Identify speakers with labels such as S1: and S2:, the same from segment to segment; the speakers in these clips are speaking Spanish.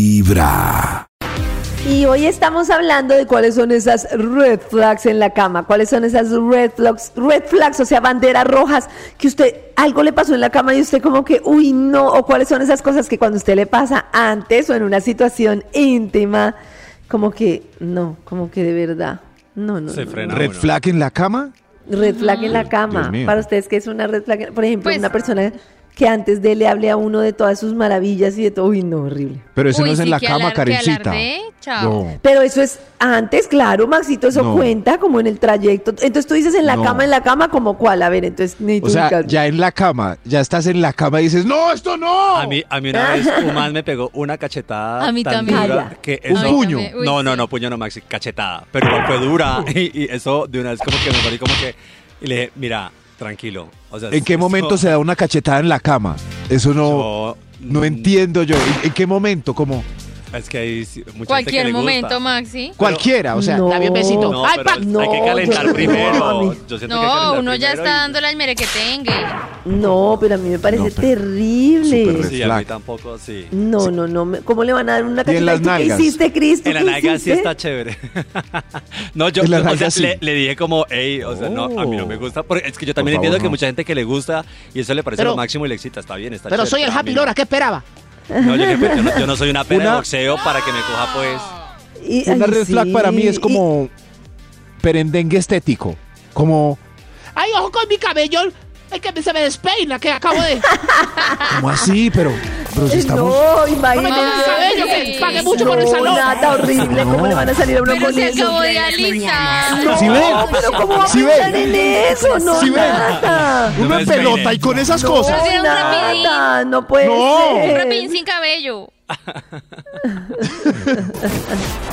S1: vibra.
S2: Y hoy estamos hablando de cuáles son esas red flags en la cama, cuáles son esas red flags, red flags, o sea, banderas rojas, que usted algo le pasó en la cama y usted como que, uy, no, o cuáles son esas cosas que cuando usted le pasa antes o en una situación íntima, como que, no, como que de verdad, no, no.
S3: Se
S2: no,
S3: frena.
S2: no.
S3: Red
S4: ¿Red flag en la cama?
S2: Red flag en la cama,
S4: Dios mío.
S2: para ustedes que es una red flag, por ejemplo,
S5: Pues-
S2: una persona que antes de le hable a uno de todas sus maravillas y de todo, uy, no, horrible.
S4: Pero eso
S5: Uy,
S4: no es en
S5: sí,
S4: la
S5: que
S4: cama,
S5: alar- que
S4: Karencita.
S5: alarde, chao.
S4: No.
S2: Pero eso es antes, claro, Maxito, eso
S4: No.
S2: cuenta como en el trayecto. Entonces tú dices en la
S4: No.
S2: cama, en la cama, como cuál. A ver, entonces necesito
S4: O sea,
S2: ubicarme.
S4: ya en la cama, ya estás en la cama y dices, no, esto no.
S3: A mí, a mí una vez un man me pegó una cachetada
S5: A mí
S3: tan
S5: también.
S3: dura que
S4: Un
S3: eso-
S4: puño.
S5: Uy,
S3: no, no,
S5: sí.
S3: no, puño no, Maxi, cachetada. Pero igual fue dura y, y eso de una vez como que me parí como que... Y le dije, mira, tranquilo. O sea,
S4: ¿En qué
S3: esto-
S4: momento se da una cachetada en la cama? Eso no,
S3: Yo-
S6: mm,
S4: no entiendo yo. ¿En- ¿En qué momento? Como
S3: Es que hay sí, mucha gente que
S5: Cualquier
S3: le gusta.
S5: momento, Maxi.
S4: cualquiera, o sea.
S2: No.
S7: Dame un besito.
S3: No,
S7: Ay,
S3: pero
S7: pa-
S3: es- hay que
S2: No,
S3: calentar
S4: Oh,
S2: yo-
S3: primero.
S2: no, a mí-
S3: Yo siento que hay que
S5: No,
S3: calentar
S5: uno ya
S3: primero
S5: está
S3: y-
S5: dándole al merequetengue.
S2: No, pero a mí me parece
S4: No, pero-
S2: terrible.
S4: Súper red
S3: Sí, a mí
S4: flag.
S3: tampoco, sí.
S2: No, no, no. me- ¿Cómo le van a dar una
S4: Y en
S2: cachetada?
S4: las
S2: ¿Y tú qué
S4: nalgas.
S2: hiciste, Cristo?
S3: En la nalga sí está chévere. no, yo
S4: En la
S3: o sea,
S4: nalga sí.
S3: le, le dije como, hey, o sea, no, a mí no me gusta. Porque es que yo también
S4: Por favor,
S3: entiendo que
S4: no.
S3: mucha gente que le gusta y eso le parece
S7: Pero-
S3: lo máximo y le excita. Está bien, está
S7: Pero
S3: chévere,
S7: soy el
S3: a
S7: Happy
S3: mí no.
S7: Lora, ¿qué esperaba?
S3: No, yo, le- yo no, yo no soy una pena de
S4: Una-
S3: boxeo para que me coja, pues.
S4: Una red flag para mí es como perendengue estético. Como,
S7: Ay, ojo con mi cabello. Es que se me despeina, que acabo de.
S4: como así, pero, pero si estamos.
S7: No
S2: No, imagínate.
S7: me toques el cabello, que pagué mucho por el
S2: No,
S7: salón.
S2: Nada horrible. ¿Cómo
S4: No.
S2: le van a salir a uno
S5: Pero
S2: con
S5: se
S2: eso?
S5: acabó de alisar.
S4: Si ven,
S2: Pero ¿cómo va a
S4: si
S2: pensar
S4: ven,
S2: en eso? No,
S4: si ven.
S2: nada.
S3: No
S4: Una
S3: me
S4: en
S3: despeine.
S4: pelota y con esas
S2: No,
S4: cosas.
S5: Era un rapidín.
S2: nada, no puede
S4: No.
S2: ser.
S5: Un rapidín sin cabello.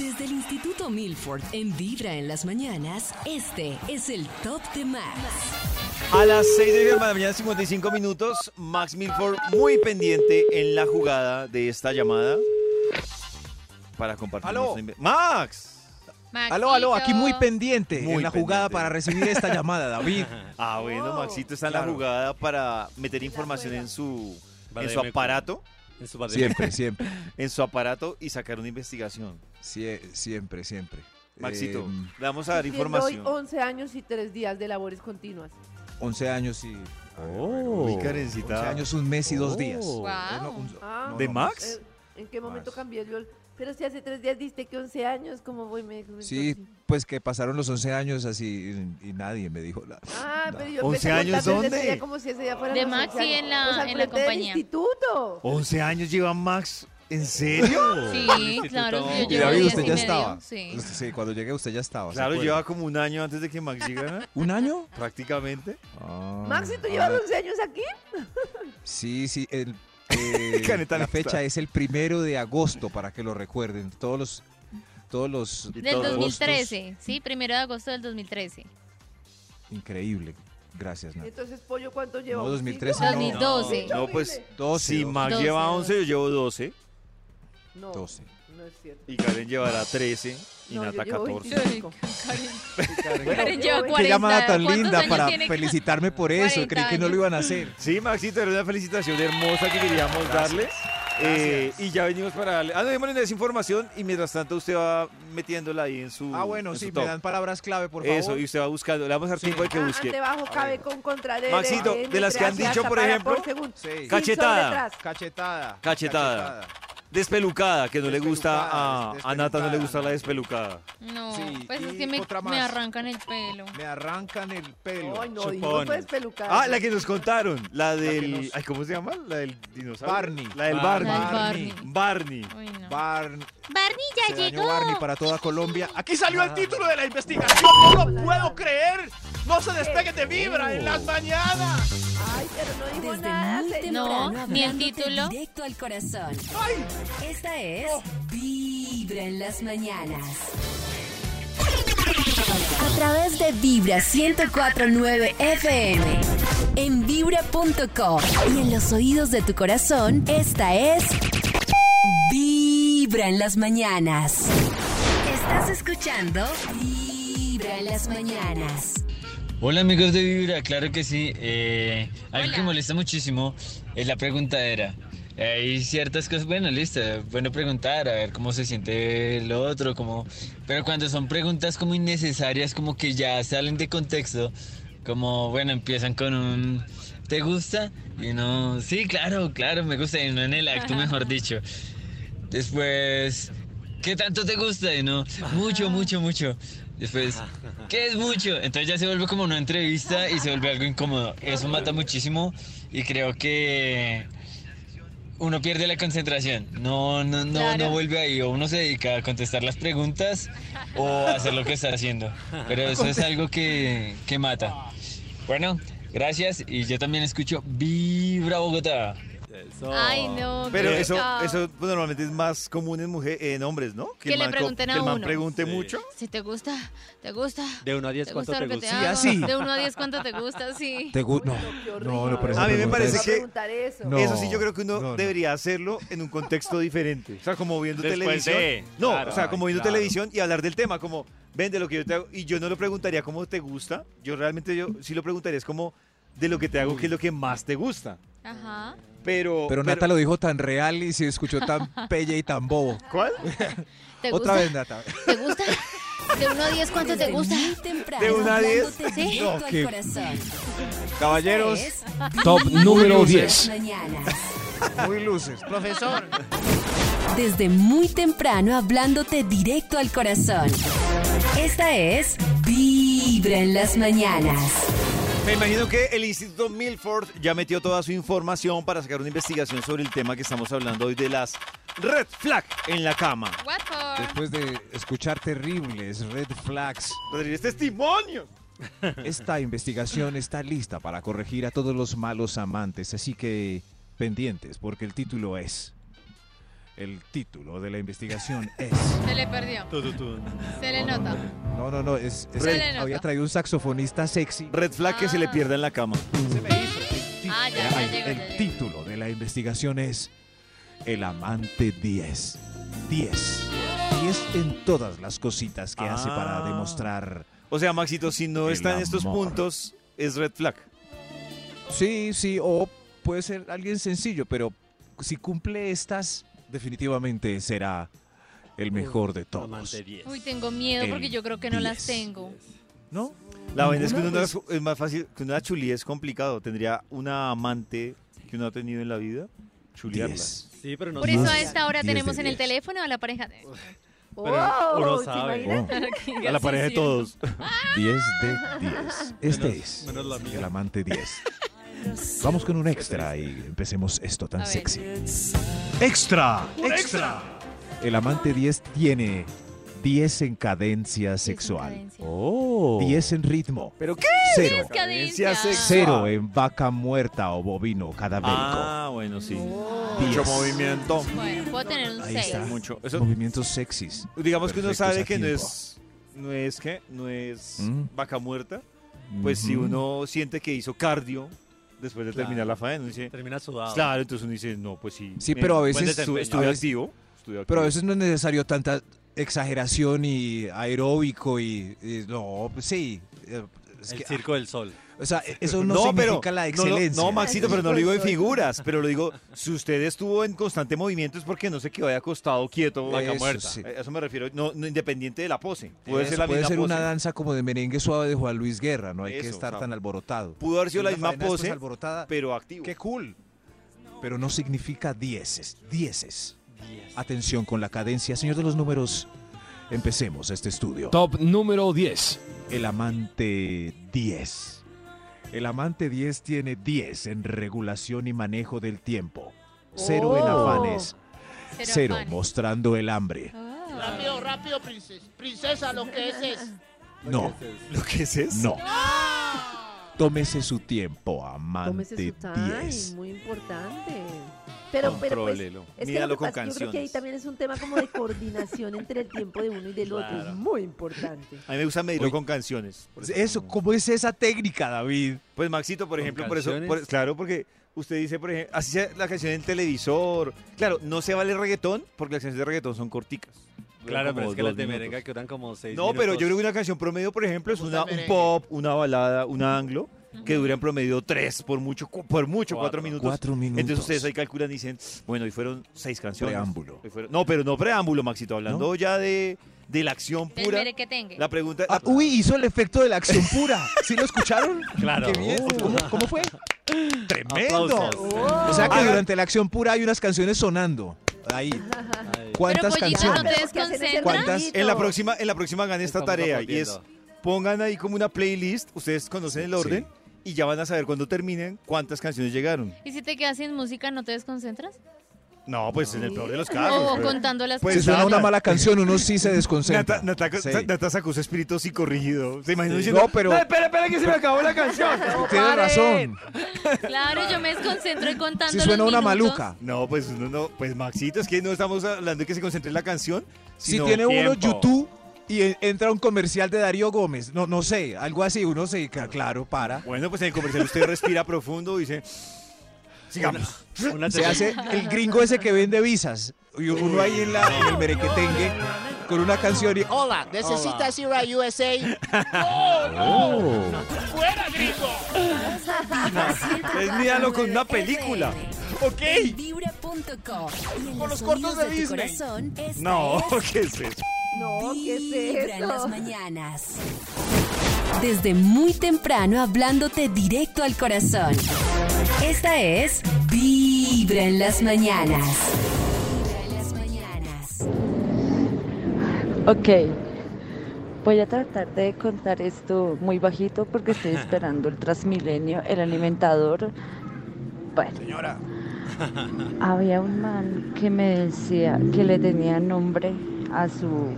S8: Desde el Instituto Milford, en Vibra en las mañanas, este es el Top de Max.
S6: A las 6 de la mañana, 55 minutos, Max Milford muy pendiente en la jugada de esta llamada para compartir.
S4: Aló.
S6: nuestra inve- ¡Max!
S4: Aló, aló, aquí muy pendiente
S6: Muy
S4: en la jugada
S6: pendiente.
S4: para recibir esta llamada, David.
S6: Ah, bueno, Maxito está en la
S4: Claro.
S6: jugada para meter información en su, en
S3: Vale,
S6: su
S3: me-
S6: aparato,
S3: En su parte-
S4: Siempre, siempre.
S6: en su aparato y sacar una investigación.
S4: Sie- siempre, siempre.
S6: Maxito,
S4: Eh,
S6: le vamos a dar
S2: Hoy
S6: información.
S2: 11 años y 3 días de labores continuas.
S4: 11 años y.
S6: Uy,
S4: 11
S6: Karencita.
S4: años, un mes y dos días.
S5: Oh. Guau.
S4: Eh, no, un-
S2: Ah.
S4: no,
S6: ¿De
S4: no,
S6: Max?
S2: Eh, ¿En qué momento
S4: Más.
S2: cambié el LOL? Pero si hace 3 días diste que 11 años, como voy me dijo,
S4: Sí,
S2: entonces-
S4: pues que pasaron los 11 años así y, y nadie me dijo nada.
S2: Ah, pero yo
S6: 11
S2: empecé a
S6: años,
S2: contar desde ese
S6: ¿dónde?
S2: día como si ese día fuera
S5: De
S2: los
S5: Maxi
S2: 11 años.
S5: en la-
S2: Pues al
S5: en la
S2: frente del
S5: compañía.
S2: instituto.
S6: 11 años lleva Max. ¿En serio?
S5: Sí, claro.
S3: Y
S5: Yo
S4: Y
S5: llevo
S4: David,
S5: días
S4: usted
S5: y medio,
S4: ya estaba.
S5: Sí.
S4: Usted- Sí, cuando llegué usted ya estaba. ¿se
S6: Claro,
S4: acuerda?
S6: lleva como un año antes de que Max llegara,
S4: ¿Un año?
S6: prácticamente.
S4: Ah,
S2: Maxi, ¿tú
S4: ah,
S2: llevas 11 años aquí?
S4: Sí, sí. el- eh,
S6: Caneta
S4: la
S6: lista.
S4: fecha es el primero de agosto, para que lo recuerden. Todos los. Todos los.
S6: Y
S5: Del
S6: todos.
S5: 2013, sí, primero de agosto del 2013.
S4: Increíble. Gracias, Nat.
S2: Entonces, Pollo, ¿cuánto lleva?
S4: No, 2013. no.
S5: 2012.
S6: No, pues
S4: Doce,
S6: si
S4: doce.
S6: Max
S5: 12,
S6: lleva
S5: 12.
S6: 11, yo llevo 12.
S2: No,
S4: 12.
S2: no es cierto.
S6: Y Karen llevará 13 y
S2: No, yo
S6: Nata
S2: llevo
S6: 14.
S2: 25.
S5: Karen lleva
S2: Qué
S4: Qué
S5: 40.
S4: llamada tan
S5: ¿Cuántos
S4: linda
S5: años
S4: para
S5: tiene?
S4: felicitarme por eso.
S5: 40
S4: Creí que no lo
S5: años.
S4: iban a hacer.
S6: Sí, Maxito, era una felicitación hermosa que queríamos darle. Eh, y ya venimos para darle. Ah, no, démosle esa información y mientras tanto usted va metiéndola ahí en su.
S4: Ah, bueno,
S6: en su
S4: sí, me
S6: mm, top.
S4: dan palabras clave, por favor.
S6: Eso, y usted va buscando. Le vamos a dar tiempo de que
S2: Ah,
S6: busque.
S2: antebajo cabe con contradedo.
S6: Maxito, de las que han dicho, por ejemplo,
S4: Sí.
S6: Cachetada.
S4: Cachetada.
S6: Cachetada. Despelucada, que no le gusta
S4: Despelucada,
S6: a, a Nata, no le gusta la despelucada.
S5: No,
S4: Sí,
S5: pues es
S4: y
S5: que me,
S4: otra más.
S5: me arrancan el pelo.
S4: Me arrancan el pelo.
S2: Ay, no, pues,
S6: Chupón.
S2: y no
S7: pues,
S2: puedes pelucar.
S6: Ah, la que nos contaron. La del.
S4: nos-
S6: ay, ¿Cómo se llama? La del dinosaurio.
S4: Barney.
S6: La del
S4: Barney.
S6: Barney.
S5: Barney.
S6: Barney.
S5: Uy, no.
S4: Barn-
S5: Barney
S4: se
S5: ya
S4: dañó
S5: llegó.
S4: Barney para toda Colombia.
S7: Aquí salió
S6: Ah.
S2: Ah.
S7: el título de la investigación. No lo puedo creer. No se despeguen de vibra en las mañanas.
S2: Ay, Ay, pero no dijo
S9: Desde
S2: nada.
S9: muy
S2: señor.
S9: temprano
S5: No, ni el
S9: hablándote
S5: título.
S9: directo al corazón. Esta es Vibra en las mañanas. A través de Vibra 1049 FM. En vibra.com y en los oídos de tu corazón, esta es Vibra en las mañanas. Estás escuchando Vibra en las mañanas.
S1: Hola amigos de Vibra, claro que sí. Eh, algo que
S5: Hola.
S1: molesta muchísimo es la preguntadera. Hay ciertas cosas, bueno, listo, bueno preguntar, a ver cómo se siente el otro, como, pero cuando son preguntas como innecesarias, como que ya salen de contexto, como, bueno, empiezan con un, ¿te gusta? Y no, sí, claro, claro, me gusta, y no en el acto, mejor dicho. Después, ¿qué tanto te gusta? Y no, mucho, mucho, mucho. Después, ¿qué es mucho? Entonces ya se vuelve como una entrevista y se vuelve algo incómodo. Eso mata muchísimo y creo que uno pierde la concentración. No, no, no,
S5: Claro.
S1: no vuelve ahí. O uno se dedica a contestar las preguntas o a hacer lo que está haciendo. Pero eso es algo que, que mata. Bueno, gracias y yo también escucho Vibra Bogotá.
S3: Eso.
S5: Ay,
S4: Oh.
S5: no.
S6: Pero
S5: qué
S6: eso,
S5: pecado.
S6: eso pues, normalmente es más común en, mujer- en hombres, ¿no?
S5: Que
S6: el
S5: le
S6: man co-
S5: pregunten a
S6: que el man
S5: uno.
S6: pregunte
S3: Sí.
S6: mucho.
S5: Si te gusta, te gusta.
S3: De uno a diez,
S5: ¿Te
S3: ¿cuánto
S5: gusta
S3: te
S5: lo que
S3: gusta?
S5: te
S4: Sí,
S5: hago?
S4: así.
S5: De uno a diez, ¿cuánto te gusta? Sí.
S4: ¿Te gu- no,
S2: Qué horrible.
S4: no, no, pero
S6: esa A mí me pregunta parece es- que-
S2: Preguntar eso.
S4: No.
S6: Eso sí, yo creo que uno
S4: no, no.
S6: debería hacerlo en un contexto diferente. O sea, como viendo
S3: Después
S6: televisión.
S3: de,
S6: no,
S3: claro,
S6: o sea, como
S3: ay,
S6: viendo
S3: claro.
S6: televisión y hablar del tema, como, vende lo que yo te hago. Y yo no lo preguntaría cómo te gusta. Yo realmente yo sí lo preguntaría, es como, de lo que te hago, qué es lo que más te gusta.
S5: Ajá.
S6: Pero.
S4: Pero Nata lo dijo tan real y se escuchó tan pelle y tan bobo.
S6: ¿Cuál?
S5: ¿Te
S4: Otra
S5: gusta?
S4: vez, Nata.
S5: ¿Te gusta? De uno a diez, ¿cuánto te
S9: Desde
S5: gusta?
S9: muy temprano,
S6: ¿De una a diez?
S9: hablándote
S5: Sí.
S9: directo
S4: No,
S9: al
S4: qué-
S9: corazón.
S4: Caballeros,
S9: Es
S4: top número
S9: las
S4: 10.
S9: mañanas.
S4: Muy luces.
S7: Profesor.
S9: Desde muy temprano hablándote directo al corazón. Esta es Vibra en las mañanas.
S6: Me imagino que el Instituto Milford ya metió toda su información para sacar una investigación sobre el tema que estamos hablando hoy de las red flag en la cama.
S5: What for?
S4: Después de escuchar terribles red flags,
S6: Rodríguez, testimonio.
S4: esta investigación está lista para corregir a todos los malos amantes. Así que pendientes, porque el título es. El título de la investigación es.
S5: Se le perdió. Se le nota.
S4: No, no, no, es, es
S5: Red.
S4: que había traído un saxofonista sexy.
S6: Red flag que se le pierda en la cama.
S5: Ah, ya, ya
S4: Ay,
S5: llegó,
S4: el
S5: ya llegó.
S4: título de la investigación es El amante 10. 10. 10 en todas las cositas que hace para
S6: Ah.
S4: demostrar.
S6: O sea, Maxito, si no
S4: El
S6: está en estos
S4: amor.
S6: puntos, es red flag.
S4: Sí, sí, o puede ser alguien sencillo, pero si cumple estas, definitivamente será el mejor de todos.
S3: Amante 10.
S5: Uy, tengo miedo porque yo creo que no las
S4: Diez.
S5: tengo.
S4: ¿No?
S6: La vaina es que
S4: Ninguna,
S6: uno no
S4: pues.
S6: es, es más fácil, que una chulía es complicado. Tendría una amante que uno ha tenido en la vida, chulearla.
S4: 10.
S3: Sí, pero no
S5: Por
S3: sé.
S5: eso
S4: Más
S5: a esta hora
S4: diez de
S5: tenemos en el
S4: diez.
S5: teléfono a la pareja. de-
S2: Wow,
S3: uno
S2: ¿te
S3: sabe.
S2: imaginas?
S4: Oh.
S6: A la pareja de todos.
S4: 10 de 10. Este
S3: Menos-
S4: es
S3: menos la mía.
S4: el amante 10. Vamos con un extra y empecemos esto tan
S5: A ver.
S4: sexy. ¡Extra! ¡Extra! El amante 10 tiene 10 en cadencia sexual,
S5: cadencia.
S4: oh. 10 en ritmo,
S6: ¿Pero qué?
S4: 0
S5: Cadencia.
S6: sexual.
S4: cero en vaca muerta o bovino cadavérico.
S6: Ah, bueno, sí. Mucho
S4: Diez.
S6: movimiento.
S5: Oh. Bueno, puedo tener un
S4: Ahí
S5: 6.
S4: está.
S6: Mucho. Eso,
S4: Movimientos sexys.
S6: digamos que uno
S4: Perfectos
S6: sabe
S4: a
S6: que no
S4: tiempo.
S6: es, no es que, no es
S4: Mm.
S6: vaca muerta. Pues si
S4: Ujú.
S6: uno siente que hizo cardio después de terminar
S3: Claro.
S6: la faena, uno dice,
S3: Termina sudado.
S6: claro, entonces uno dice, no, pues sí.
S4: Sí,
S6: me-
S4: pero a
S6: buen
S4: veces-
S6: desempeño.
S4: a
S6: estuve
S4: veces-
S6: activo. estuve
S4: Pero a
S6: activo.
S4: veces no es necesario tanta exageración y aeróbico y, y no, pues sí. eh, es
S3: El
S4: que-
S3: circo del sol.
S4: o sea, eso no, significa la
S6: no lo-
S4: excelencia.
S6: No, Maxito,
S2: Ay,
S6: pero no lo digo en
S2: soy.
S6: figuras, pero lo digo, si usted estuvo en constante movimiento es porque no se quedó ahí acostado, quieto.
S4: Vaca
S6: Eso
S4: muerta.
S6: sí. A eso me refiero, no, no, independiente de la pose. Puede
S4: Eso,
S6: ser la misma
S4: una
S6: pose.
S4: danza como de merengue suave de Juan Luis Guerra, no hay que
S6: Eso,
S4: estar
S6: o sea,
S4: tan alborotado.
S6: Pudo haber sido la
S4: Una
S6: misma
S4: faena de estas
S6: pose,
S4: alborotada,
S6: pero activo.
S4: qué cool. Pero no significa dieces, dieces. Atención con la cadencia, señor de los números. Empecemos este estudio.
S10: Top número 10.
S4: El amante 10. El amante 10 tiene 10 en regulación y manejo del tiempo. Cero en
S2: Oh.
S4: afanes. Cero mostrando el hambre.
S7: Ah.
S5: Ah.
S7: Rápido, rápido, princesa. Princesa, lo que es es.
S4: No,
S6: ¿Lo que es eso?
S4: no. Tómese su tiempo, amante
S2: Tómese su time,
S4: 10.
S2: muy importante. Pero, pero pues,
S6: Contrólelo.
S2: es que,
S6: Mídalo
S2: lo que
S6: con
S2: pasa- yo creo que ahí
S6: canciones.
S2: también es un tema como de coordinación entre el tiempo de uno y del otro. Es muy importante.
S6: A mí me gusta medirlo
S4: Uy.
S6: con canciones. Por
S4: Eso, ¿cómo es esa técnica, David?
S6: Pues Maxito, por
S3: ¿Con
S6: ejemplo, por eso, por-
S3: canciones?
S6: claro, porque usted dice, por ejemplo, así sea la canción en televisor. Claro, no se vale reggaetón porque las canciones de reggaetón son corticas. Duran
S3: Claro, pero
S6: como
S3: es que
S6: dos
S3: las de
S6: minutos.
S3: merengue que duran como seis
S6: No, pero yo creo
S3: minutos.
S6: que una canción promedio, por ejemplo, es
S7: Me gusta
S6: una,
S7: el
S6: un
S7: merengue.
S6: pop, una balada, una anglo, que
S5: Ujú.
S6: dura en promedio tres, por mucho, cu- por mucho, cuatro,
S3: Cuatro.
S6: minutos.
S4: Cuatro minutos.
S6: Entonces ustedes ahí calculan y dicen, bueno, hoy fueron seis canciones.
S4: Preámbulo.
S6: Hoy fueron- no, pero no preámbulo, Maxito, hablando ya de, de la acción
S5: Del
S6: pura.
S5: mere que tenga.
S6: La pregunta,
S4: Ah,
S6: la-
S4: uy, hizo el efecto de la acción pura. ¿Sí lo escucharon?
S3: Claro.
S4: Qué bien. ¿Cómo, cómo fue? Tremendo.
S3: Aplausos. Ah.
S4: O sea que
S6: Hagan-
S4: durante la acción pura hay unas canciones sonando. Ahí.
S3: Ay.
S4: ¿Cuántas
S5: Pero, pollito,
S4: canciones?
S5: ¿no te desconcentras?
S4: ¿Cuántas?
S6: en la próxima, ah, en la próxima hagan esta
S3: Estamos
S6: tarea y es pongan ahí como una playlist, ustedes conocen el
S4: Sí.
S6: orden y ya van a saber cuando terminen cuántas canciones llegaron.
S5: ¿Y si te quedas sin música, no te desconcentras?
S6: No, pues en el peor de los
S5: o
S6: casos. pero-
S5: contando las
S6: Pues,
S4: Si suena
S6: Nata-
S4: una mala canción, uno sí se desconcentra.
S6: Nata, Nata,
S4: Sí.
S6: Nata sacó su espíritu psicorrigido. ¿Se imaginó diciendo?
S4: No, pero
S6: espera, espera, que se me acabó la canción.
S4: tienes razón.
S5: Claro, yo me desconcentro y contando
S4: Si
S5: los
S4: suena una
S5: minutos.
S4: maluca.
S6: No, pues uno no, pues Maxito, es que no estamos hablando de que se concentre en la canción.
S4: Si
S6: sino-
S4: tiene uno
S3: tiempo.
S4: YouTube y en- entra un comercial de Darío Gómez, no, no sé, algo así, uno se ca- claro, para.
S6: Bueno, pues en el comercial usted respira profundo y dice. Sigamos.
S3: Una
S4: Se
S3: tercera-
S4: hace el gringo ese que vende visas. Y uno ahí en, la, en el merequetengue con una canción y
S7: Hola, necesitas ir a USA.
S6: Oh.
S4: Oh.
S6: es míralo con una película.
S9: Ok. Vibra.com. Y en los cortos de, Disney. Corazón, eh, esta
S6: No,
S9: es
S6: ¿qué es eso?
S2: No, ¿qué es
S9: Vibra en las
S2: eso?
S9: mañanas. Desde muy temprano hablándote directo al corazón. Esta es Vibra en las mañanas. Vibra en las mañanas.
S10: Ok, voy a tratar de contar esto muy bajito porque estoy esperando el Transmilenio, el alimentador. Bueno,
S4: señora,
S10: había un man que me decía que le tenía nombre a su,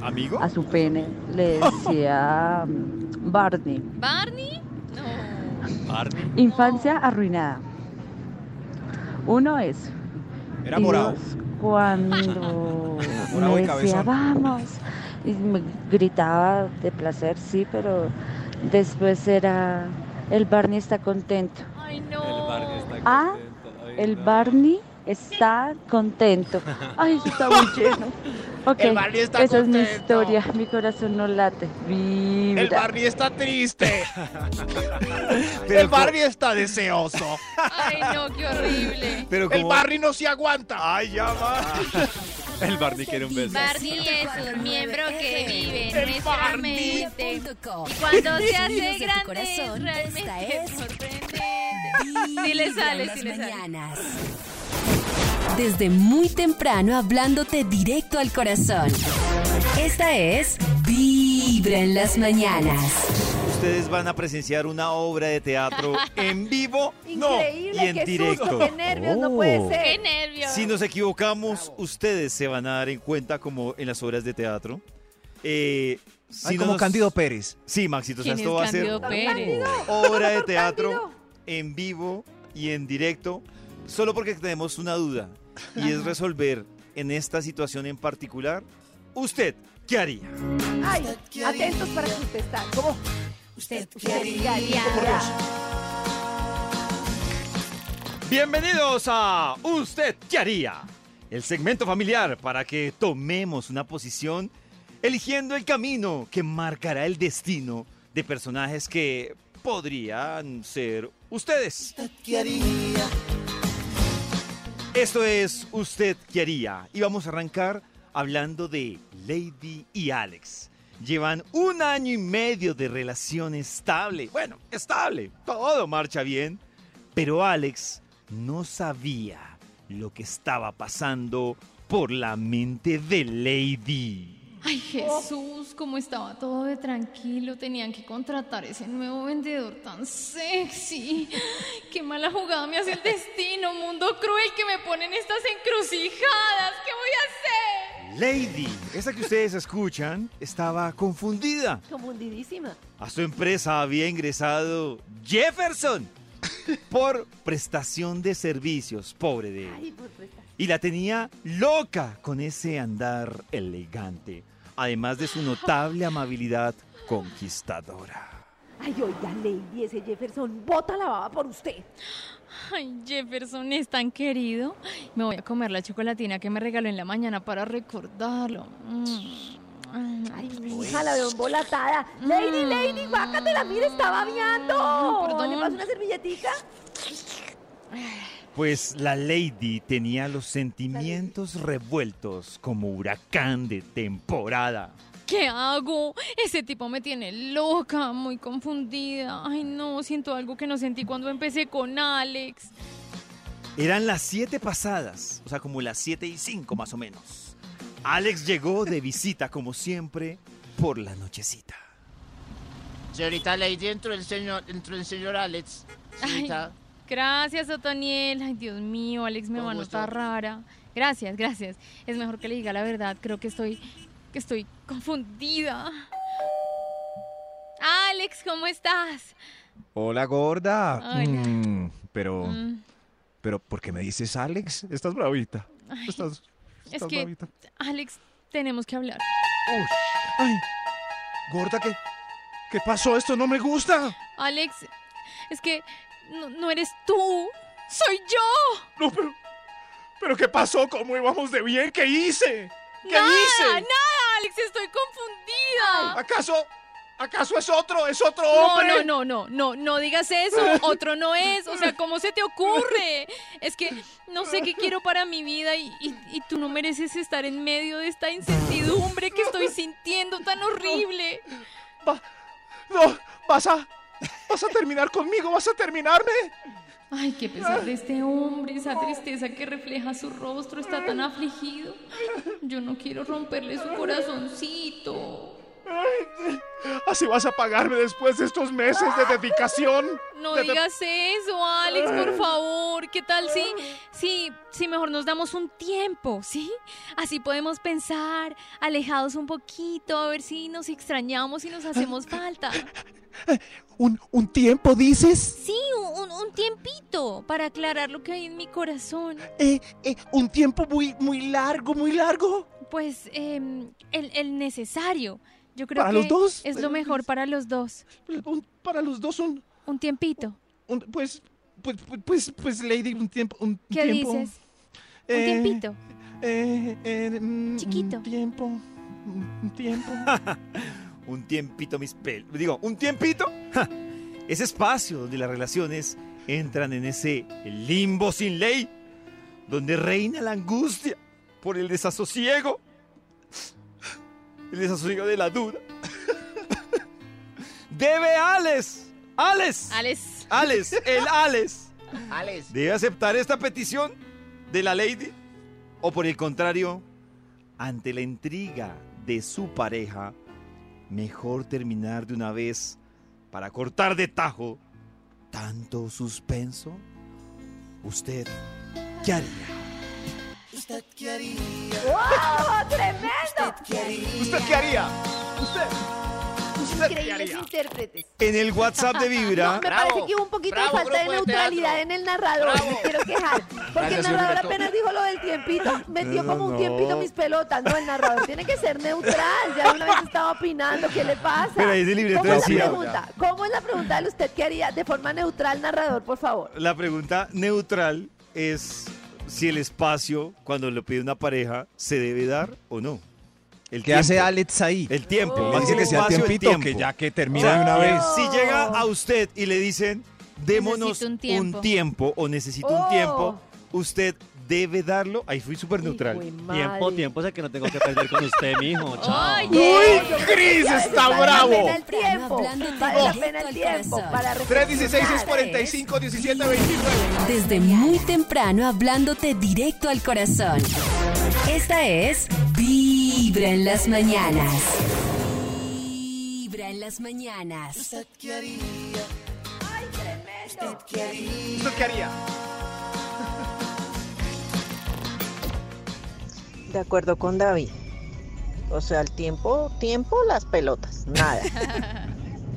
S6: ¿Amigo?
S10: a su pene, le decía mm, Barney.
S5: ¿Barney? No.
S3: Barney.
S10: Infancia arruinada. Uno es
S4: era
S10: Y
S4: morado.
S10: dos, cuando
S4: Morado y
S10: me decía,
S4: cabezón.
S10: vamos, y me gritaba de placer, sí, pero después era, el Barney está contento.
S5: Ay,
S3: El Barney
S5: no.
S3: está
S10: Ah,
S3: contento. Ay,
S10: El
S3: no.
S10: Barney está contento. Ay, eso está muy lleno. Ok,
S7: El Barney está
S10: esa es mi
S7: contento.
S10: historia, mi corazón no late. Vibra.
S7: está triste.
S6: Pero co-
S7: está deseoso.
S5: Ay, no, qué horrible.
S6: Pero como...
S7: no se aguanta.
S6: Ay, ya va.
S3: El Barney quiere un beso.
S5: Barney es un miembro que vive en nuestra mente. Y
S9: Vibra.com.
S5: cuando se
S9: Sonidos
S5: hace
S9: de tu
S5: grande, es
S9: corazón, esta
S5: realmente
S9: es
S5: sorprendente.
S9: Sí
S5: Sí le sale, sí le sale.
S9: las mañanas. Desde muy temprano hablándote directo al corazón. Esta es Vibra en las mañanas.
S6: Ustedes van a presenciar una obra de teatro en vivo. no, y
S2: Increíble,
S6: en
S2: qué
S6: directo. Oh.
S2: susto, qué nervios, no puede
S5: Qué
S2: ser.
S5: nervios.
S6: Si nos equivocamos, ustedes se van a dar en cuenta como en las obras de teatro. Eh, si
S4: Ay,
S6: no
S4: como
S6: nos-
S4: Candido Pérez.
S6: Sí, Maxito, o sea,
S5: ¿Quién
S6: esto
S5: es
S6: va a ser
S5: Cándido Pérez?
S6: obra de teatro en vivo y en directo, solo porque tenemos una duda y es resolver en esta situación en particular, ¿usted qué haría?
S2: Ay, atentos para contestar. ¿Cómo? Usted quería.
S6: Bienvenidos a Usted qué haría, el segmento familiar para que tomemos una posición eligiendo el camino que marcará el destino de personajes que podrían ser ustedes. Esto es Usted qué haría y vamos a arrancar hablando de Lady y Alex. Llevan un año y medio de relación estable. Bueno, estable. Todo marcha bien. Pero Alex no sabía lo que estaba pasando por la mente de Lady.
S5: Ay, Jesús, como estaba todo de tranquilo, tenían que contratar ese nuevo vendedor tan sexy. Qué mala jugada me hace el destino, mundo cruel que me ponen estas encrucijadas. ¿Qué voy a hacer?
S6: Lady, esta que ustedes escuchan, estaba confundida.
S2: Confundidísima.
S6: A su empresa había ingresado Jefferson por prestación de servicios, pobre de él.
S2: Ay, por prestación.
S6: Y la tenía loca con ese andar elegante, además de su notable amabilidad conquistadora.
S2: Ay, oiga, Lady, ese Jefferson, bota la baba por usted.
S5: Ay, Jefferson es tan querido. Me voy a comer la chocolatina que me regaló en la mañana para recordarlo. Mm.
S2: Ay, mi hija la veo embolatada. Lady, Lady, guácatela, mira, está babeando.
S5: Ay, perdón.
S2: ¿Le pasa una servilletica?
S6: Pues la Lady tenía los sentimientos revueltos como huracán de temporada.
S5: ¿Qué hago? Ese tipo me tiene loca, muy confundida. Ay, no, siento algo que no sentí cuando empecé con Alex.
S6: Eran las 7 pasadas, o sea, como las 7 y 5 más o menos. Alex llegó de visita, como siempre, por la nochecita.
S7: Señorita Lady, entró el señor, entró el señor Alex. Señorita,
S5: Gracias, Otoniel. Ay, Dios mío, Alex me
S7: Con
S5: va a
S7: gusto.
S5: notar rara. Gracias, gracias. Es mejor que le diga la verdad. Creo que estoy, que estoy confundida. Alex, ¿cómo estás?
S4: Hola, gorda.
S5: Hola.
S4: Mm, pero,
S5: Mm,
S4: pero, ¿por qué me dices Alex? Estás bravita.
S5: ay,
S4: Estás,
S5: Es
S4: estás
S5: que-
S4: bravita.
S5: Alex, tenemos que hablar.
S4: Ush. Ay, gorda, ¿qué, ¿qué pasó? Esto no me gusta.
S5: Alex, es que no, no eres tú, soy yo.
S4: No, pero, pero ¿qué pasó? ¿Cómo íbamos de bien? ¿Qué hice? ¿Qué
S5: nada,
S4: hice?
S5: nada, Alex, estoy confundida.
S4: ¿Acaso, acaso es otro, es otro
S5: No,
S4: hombre?
S5: no, no, no, no, no digas eso. Otro no es. O sea, ¿cómo se te ocurre? Es que no sé qué quiero para mi vida y, y- y tú no mereces estar en medio de esta incertidumbre que estoy sintiendo tan horrible.
S4: Va- no, vas a, vas a terminar conmigo, vas a terminarme.
S5: Ay, qué pesar de este hombre, esa tristeza que refleja su rostro, está tan afligido. Yo no quiero romperle su corazoncito.
S4: Así vas a pagarme después de estos meses de dedicación.
S5: No
S4: de de-
S5: digas eso, Alex, por favor. ¿Qué tal si, si, si mejor nos damos un tiempo, sí? Así podemos pensar, alejados un poquito, a ver si nos extrañamos y nos hacemos falta.
S4: ¿Un, un tiempo dices?
S5: Sí, un, un- un tiempito para aclarar lo que hay en mi corazón.
S4: Eh, eh, ¿Un tiempo muy, muy largo, muy largo?
S5: Pues em, el, el necesario. Yo creo
S4: ¿Para
S5: que
S4: los dos? pues.
S5: es lo mejor para los dos.
S4: Un- para los dos un...
S5: Un tiempito.
S4: un- pues, pues, pues, pues, pues, Lady, un tiempo... Un
S5: ¿Qué
S4: tiempo,
S5: dices? Un
S4: eh,
S5: tiempito.
S4: eh, eh, mm,
S5: Chiquito.
S4: Un tiempo. Un tiempo.
S6: Un tiempito mis pelos. Digo, un tiempito. Ja. Ese espacio donde las relaciones entran en ese limbo sin ley, donde reina la angustia por el desasosiego. El desasosiego de la duda. Debe Alex. Alex.
S5: Alex.
S6: Alex. El Alex.
S7: Alex.
S6: ¿Debe aceptar esta petición de la Lady? ¿O por el contrario, ante la intriga de su pareja, mejor terminar de una vez para cortar de tajo tanto suspenso? ¿Usted qué haría?
S2: ¡Wow! ¡Tremendo!
S4: ¿Usted qué haría? ¿Usted? ¿Usted qué
S2: Increíbles
S4: haría?
S2: intérpretes.
S6: En el WhatsApp de
S2: No,
S6: Vibra,
S2: me
S7: Bravo,
S2: parece que hubo un poquito
S7: bravo,
S2: de falta de
S7: grupo de
S2: neutralidad
S7: teatro.
S2: en el narrador.
S7: Bravo.
S2: Me quiero quejar. Porque el
S7: Gracias,
S2: narrador
S7: Humberto.
S2: apenas dijo lo del tiempito, metió como un tiempito mis pelotas. No, el narrador tiene que ser neutral. Ya una vez estaba opinando, ¿qué le pasa?
S6: Pero ahí en el libreto
S2: ¿Cómo
S6: decía-
S2: Es la pregunta? ¿Cómo es la pregunta de usted qué haría de forma neutral, narrador, por favor?
S6: la pregunta neutral es si el espacio, cuando lo pide una pareja, se debe dar o no. El
S4: ¿Qué hace
S6: tiempo.
S4: Alex ahí?
S6: El tiempo.
S2: Oh.
S6: más
S4: Dice que sea
S6: espacio, el
S4: tiempito, que
S6: tiempo.
S4: ya que
S6: O
S4: termina
S6: sea, eh,
S4: de una vez.
S6: Si llega a usted y le dicen, démonos
S5: Necesito un
S6: un tiempo,
S5: tiempo".
S6: o necesito
S2: Oh.
S6: un tiempo, usted debe darlo. Ahí fui súper neutral.
S2: Hijo de madre.
S3: Tiempo, tiempo, sé que no tengo que perder con usted, mijo. Chao.
S5: Oye.
S4: Chris está
S2: Vale
S4: bravo.
S2: la pena el tiempo.
S9: Hablando
S2: Vale la
S9: directo
S2: pena el
S9: al
S2: tiempo.
S9: corazón.
S2: Para
S4: 316 es
S2: reflexionar,
S4: 45 17 29.
S9: Desde muy temprano hablándote directo al corazón. Esta es Vibra en las mañanas. Vibra en las mañanas.
S4: ¿Usted qué haría?
S10: De acuerdo con David,
S11: O sea, el tiempo, tiempo, las pelotas, nada.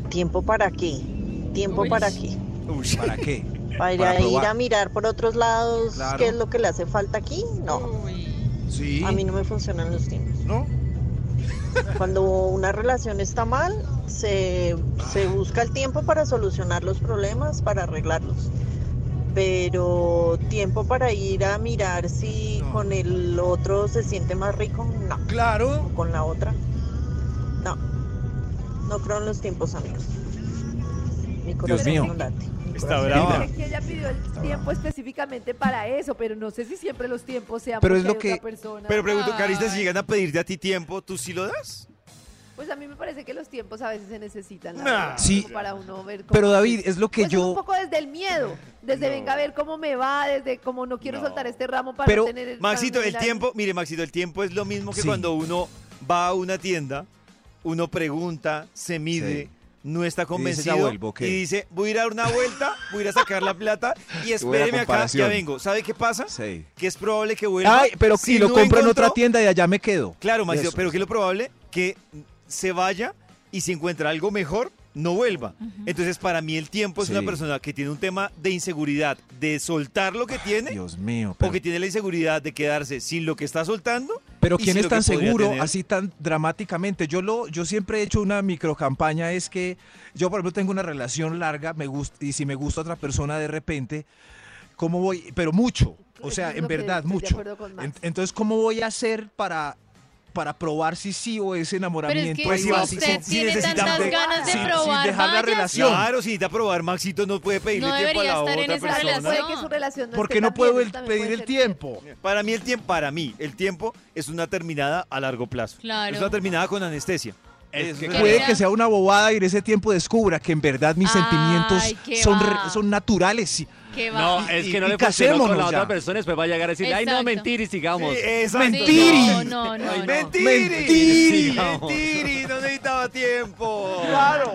S11: ¿Tiempo para qué? ¿Tiempo
S4: Uy.
S11: para qué?
S4: Uy, ¿para qué?
S11: Para, ir
S4: probar.
S11: a mirar por otros lados
S4: Claro.
S11: qué es lo que le hace falta aquí, no.
S4: Sí.
S11: A mí no me funcionan los tiempos. ¿No? Cuando una relación está mal, se, se
S4: Ah.
S11: busca el tiempo para solucionar los problemas, para arreglarlos. Pero tiempo para ir a mirar si con el otro se siente más rico, no.
S4: Claro.
S11: con la otra, no. No creo en los tiempos, amigos. Mi corazón
S4: mío.
S11: no late. Mi
S6: Está
S11: corazón
S6: brava.
S11: no
S2: Es que ella pidió el tiempo específicamente para eso, pero no sé si siempre los tiempos sean
S6: Pero
S2: porque
S6: es lo
S2: hay
S6: que.
S2: otra persona.
S6: Pero pregunto, Carita, si
S2: Ay.
S6: llegan a pedirte a ti tiempo, ¿tú sí lo das?
S2: Pues a mí me parece que los tiempos a veces se necesitan. la
S6: Nah.
S2: verdad,
S6: Sí.
S2: como Para uno ver cómo-
S6: Pero, David, es lo que
S2: Pues
S6: yo-
S2: Un poco desde el miedo. Desde venga a ver cómo me va, desde como no quiero soltar este ramo para
S6: Pero,
S2: no tener.
S6: Maxito,
S2: para no
S6: el
S2: mirar-
S6: tiempo, mire, Maxito, el tiempo es lo mismo que
S4: Sí.
S6: cuando uno va a una tienda, uno pregunta, se mide,
S4: Sí.
S6: no está convencido
S4: vuelvo, ¿qué?
S6: y dice, voy a ir a dar una vuelta, voy a ir a sacar la plata y espéreme acá, ya
S4: comparación.
S6: vengo. ¿Sabe qué pasa?
S4: Sí.
S6: Que es probable que vuelva.
S4: Ay, pero si lo
S6: no
S4: compro en otra
S6: encontró-
S4: tienda y allá me quedo.
S6: Claro, Maxito,
S4: Eso.
S6: pero que lo probable que se vaya y si encuentra algo mejor, no vuelva. Entonces, para mí el tiempo es
S4: Sí.
S6: una persona que tiene un tema de inseguridad, de soltar lo que tiene
S4: Dios mío,
S6: o que tiene la inseguridad de quedarse sin lo que está soltando.
S4: Pero
S6: y
S4: ¿quién
S6: sin
S4: es
S6: lo que
S4: tan
S6: podría
S4: seguro
S6: tener.
S4: así tan dramáticamente? Yo lo, yo siempre he hecho una microcampaña, es que yo por ejemplo tengo una relación larga, me gusta, y si me gusta otra persona de repente, ¿cómo voy? Pero mucho, o
S2: Eso
S4: sea,
S2: es
S4: en
S2: lo que
S4: verdad,
S2: estoy de
S4: mucho.
S2: acuerdo con Max.
S4: En- entonces, ¿cómo voy a hacer para, para probar si sí
S5: Pero
S4: o ese
S5: es
S4: enamoramiento
S5: que si
S4: ahí básico?
S5: usted tiene tantas
S6: de-
S5: ganas de
S6: sin- sin
S5: probar,
S4: dejar la
S5: vaya,
S4: relación.
S6: Claro, si necesita probar, Maxito no puede pedirle
S5: No
S6: tiempo a
S5: debería
S6: la
S5: estar
S6: otra
S5: en esa
S6: persona.
S2: Claro, puede
S5: relación.
S2: que su relación no
S4: Porque
S2: esté
S4: no
S2: tan
S4: puedo
S2: bien,
S4: el-
S2: también
S4: pedir
S2: puede
S4: el
S2: ser.
S4: tiempo.
S6: Para mí el tiempo, para mí, el tiempo es una terminada a largo plazo.
S5: Claro.
S6: Es una terminada con anestesia.
S4: Es que
S6: una-
S4: puede que sea una bobada y en ese tiempo descubra que en verdad mis
S5: Ay, qué
S4: sentimientos son, re-
S5: va.
S4: son naturales. sí.
S5: ¿Qué va?
S3: No, es que no
S4: y
S3: le funcionó con
S4: casémonos
S3: la
S4: ya.
S3: otra persona, después va a llegar a decir, ay, no,
S5: Exacto.
S3: mentir y sigamos.
S6: Sí, exacto.
S4: Mentiri.
S5: No, no, no, no.
S6: Mentiri.
S3: Mentiri.
S6: Mentiri, no necesitaba tiempo.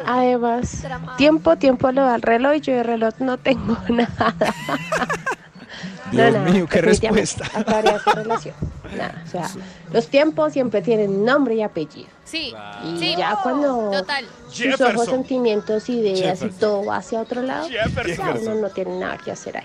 S12: Además, tiempo, tiempo lo da el reloj y yo de reloj no tengo nada.
S4: Dios
S12: No, nada,
S4: mío, qué
S12: definitivamente,
S4: respuesta.
S12: acabaría esa relación. Nada, o sea, los tiempos siempre tienen nombre y apellido.
S5: Sí,
S12: Y
S5: sí.
S12: ya cuando
S5: Total.
S12: sus ojos, sentimientos, ideas y todo va hacia otro lado, ya uno
S6: Jefferson.
S12: no tiene nada que hacer ahí.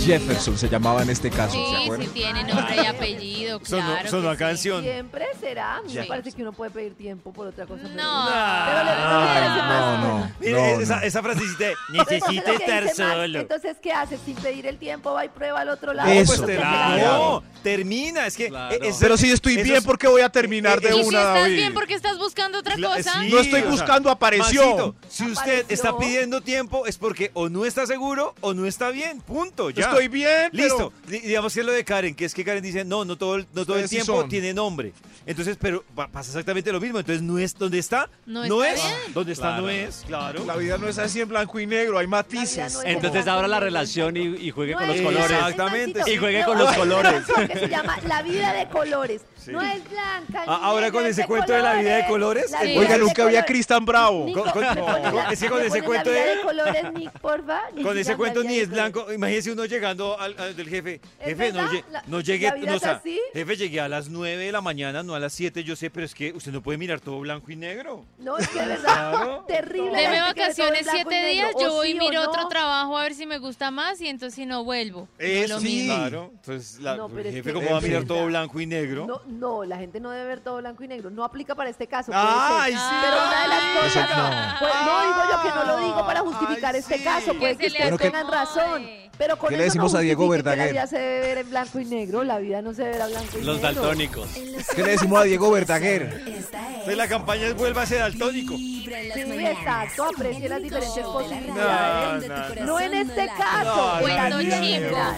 S4: Jefferson se llamaba en este caso, ¿se
S5: Sí,
S4: acuerdan?
S5: sí tiene nombre y apellido,
S6: Sonó-
S5: claro.
S6: sonó
S5: que
S6: a canción.
S2: Siempre será. A mí me
S6: Sí.
S2: parece que uno puede pedir tiempo por otra cosa.
S5: No.
S2: pero- Pero le-
S5: No.
S2: le- le- le-
S4: No, no.
S6: Mire,
S4: no,
S6: esa,
S4: no.
S6: esa frasecita de,
S2: Entonces,
S6: necesito
S2: lo que dice
S6: estar
S2: Max,
S6: solo.
S2: Entonces, ¿qué haces? Sin pedir el tiempo, va y prueba al otro lado.
S4: Eso,
S2: Pues,
S6: Pues
S2: entonces,
S6: termina.
S4: claro.
S6: No, termina. Es que. e-,
S3: Claro.
S6: es- e-,
S4: Pero si estoy
S6: esos-
S4: bien, ¿por qué voy a terminar de
S5: ¿Y si
S4: una,
S5: estás
S4: David?
S5: bien porque estás buscando otra
S6: Cla-
S5: cosa?
S6: sí,
S4: No estoy
S6: o sea,
S4: buscando, apareció.
S6: Maxito, si usted
S2: Apareció.
S6: está pidiendo tiempo es porque o no está seguro o no está bien. Punto. Ya.
S4: Estoy bien, pero-
S6: Listo. Di- Digamos que es lo de Karen, que es que Karen dice, no, no todo, el- no todo el
S4: Ustedes sí
S6: tiempo
S4: son.
S6: tiene nombre. Entonces, pero pa- pasa exactamente lo mismo. Entonces, no es donde está, no,
S5: No
S6: es.
S5: está
S6: Donde está,
S3: Claro.
S6: no es. Claro.
S4: La vida no es así en blanco y negro, hay matices.
S2: La vida
S3: Entonces abra la relación y, y juegue con los
S6: es-
S3: colores.
S6: Exactamente.
S3: Y juegue con los colores.
S2: Que se llama La vida de colores. No es blanca. ni
S6: Ah, ahora
S2: negra,
S6: con
S2: es
S6: ese cuento de la vida de colores,
S2: La vida
S5: entonces-
S2: de
S4: Oiga, nunca había
S2: colores.
S4: Cristian Bravo.
S2: Nico,
S6: Con- con-
S2: me pone la-
S6: es que con
S2: me
S6: ese
S2: pone
S6: cuento
S2: la vida
S6: de-
S2: de... colores, Nick, porfa. y
S6: Con
S2: se
S6: ese
S2: llama
S6: cuento
S2: La
S6: ni
S2: vida
S6: es
S2: de colores.
S6: blanco. Imagínese uno llegando al, al del jefe.
S2: ¿Es
S6: Jefe, no,
S2: verdad?
S6: lle-
S2: La-
S6: no
S2: ¿la
S6: llegué.
S2: vida
S6: no, o
S2: es
S6: sea,
S2: así?
S6: jefe, llegué a las 9 de la mañana, no a las 7. Yo sé, pero es que usted no puede mirar todo blanco y negro.
S2: No, es que de verdad,
S6: Claro.
S2: terrible. la
S5: Deme
S2: gente que ve todo en
S5: vacaciones
S2: blanco y
S5: siete
S2: negro,
S5: días,
S2: o
S5: yo voy y
S2: sí o
S5: miro
S2: no.
S5: otro trabajo a ver si me gusta más y entonces si no vuelvo.
S6: Eso,
S5: lo
S6: sí.
S5: mismo.
S6: claro. Entonces, la,
S2: No,
S6: el
S2: pero es
S6: jefe,
S2: que-
S6: como va a mirar
S2: Sí.
S6: todo blanco y negro?
S2: No, no, la gente no debe ver todo blanco y negro. No aplica para este caso. puede
S6: ¡Ay,
S2: ser.
S6: sí!
S2: Pero una de las
S4: Eso
S2: cosas.
S4: no.
S2: Pues, no digo yo que no lo digo para justificar
S6: Ay,
S2: este
S6: sí.
S2: caso, puede
S5: Que
S2: que
S5: se
S2: ustedes
S5: le
S2: tengan
S5: acomode.
S2: razón. Pero con
S4: ¿Qué le
S2: eso
S4: decimos
S2: no
S4: a Diego
S2: justifique que
S4: Verdaguer?
S2: La vida se debe ver en blanco y negro, la vida no se verá blanco y
S3: Los
S2: negro.
S3: daltónicos.
S9: En los
S4: ¿Qué le decimos a Diego
S9: oídos de tu
S4: Verdaguer?
S9: corazón, Esta
S6: Entonces,
S9: es.
S6: pues la campaña es vuelva a ser daltónico.
S9: Vibra en las
S2: Sí,
S9: mañanas.
S2: exacto, aprecie
S9: El
S2: las
S9: único
S2: diferentes
S9: show de la radio
S6: No,
S9: donde tu
S6: no, no.
S9: corazón
S2: No en este
S9: late.
S2: caso, en la
S5: Cuento
S2: vida en
S5: chivo.
S2: general.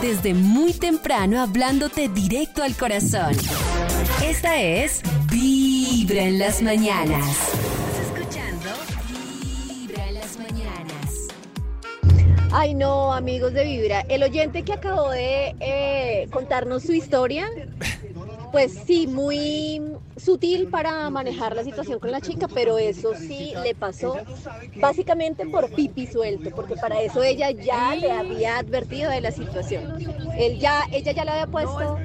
S9: Desde muy temprano hablándote directo al corazón. Esta es Vibra en las mañanas. ¿Estás escuchando? Vibra en las mañanas.
S13: Ay, no, amigos de Vibra. El oyente que acabó de eh, contarnos su historia, pues sí, muy sutil para manejar la situación con la chica, pero eso sí le pasó básicamente por pipi suelto, porque para eso ella ya le había advertido de la situación. Él ya, ella ya le había puesto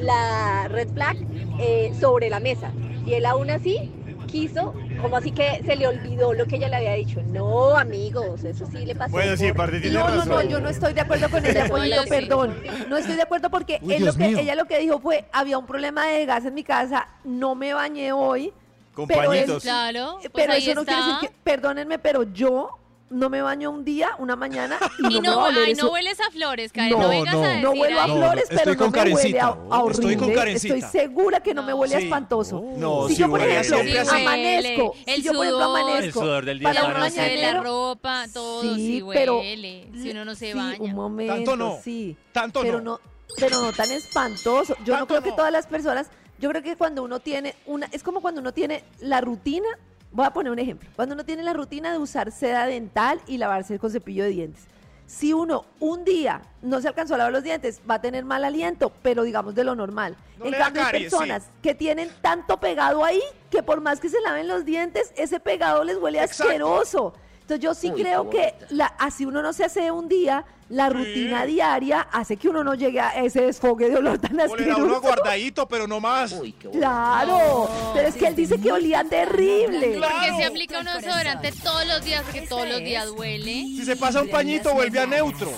S13: la red flag eh, sobre la mesa. Y él aún así quiso, como así que se le olvidó lo que ella le había dicho. No, amigos, eso sí le pasó.
S6: Bueno, sí, en
S13: por-
S6: parte tiene
S2: No, no, no,
S6: razón.
S2: yo no estoy de acuerdo con ella, Polito, perdón. No estoy de acuerdo porque
S6: Uy,
S2: él lo
S6: Dios
S2: que-
S6: mío.
S2: ella lo que dijo fue, había un problema de gas en mi casa, no me bañé hoy.
S6: Con
S2: pero él-
S6: pañitos.
S5: Claro, pues
S2: pero
S5: ahí
S2: eso no quiere
S5: está.
S2: decir que, perdónenme, pero yo no me baño un día, una mañana y no,
S5: Y
S2: me va
S5: no,
S2: a oler
S5: ay,
S2: eso.
S5: no hueles a flores, Karen, no, vengas a decir
S2: No huelo a
S5: ay,
S2: flores,
S5: no.
S2: pero
S6: estoy
S2: no
S6: con
S2: me huele
S6: Karencita.
S2: a, a horrible.
S6: Estoy con Karencita.
S2: Estoy segura que no, me huele a
S6: Sí.
S2: espantoso.
S6: No,
S2: si
S6: sí
S2: yo, por
S6: huele,
S2: ejemplo,
S6: siempre hace-
S2: amanezco,
S5: El
S2: si yo, por ejemplo,
S5: sudor.
S2: amanezco
S5: El
S3: sudor del día
S2: para
S5: La
S2: un
S5: ropa de la
S2: mañanero,
S5: ropa, todo
S2: Sí,
S5: sí
S2: pero-
S5: huele. Si uno no se
S2: sí,
S5: baña.
S2: un momento,
S5: Tanto no,
S2: sí.
S5: tanto
S2: pero
S5: no.
S2: Pero no tan espantoso. Yo no creo que todas las personas, yo creo que cuando uno tiene una, es como cuando uno tiene la rutina, voy a poner un ejemplo, cuando uno tiene la rutina de usar seda dental y lavarse con cepillo de dientes. Si uno un día no se alcanzó a lavar los dientes, va a tener mal aliento, pero digamos de lo normal.
S14: No
S2: en
S14: le da
S2: cambio, hay
S14: caries, sí.
S2: personas que tienen tanto pegado ahí que por más que se laven los dientes, ese pegado les huele
S14: Exacto.
S2: asqueroso. Entonces yo sí
S14: Uy,
S2: creo
S14: qué
S2: que la, así uno no se hace un día, la rutina diaria hace que uno no llegue a ese desfogue de olor tan
S15: O le da uno
S2: asqueroso.
S15: guardadito, pero no más.
S2: Claro, pero es que él dice que olía terrible.
S5: Porque se aplica un desodorante todos los días, porque todos los días huele.
S15: Si se pasa un pañito, vuelve a neutro.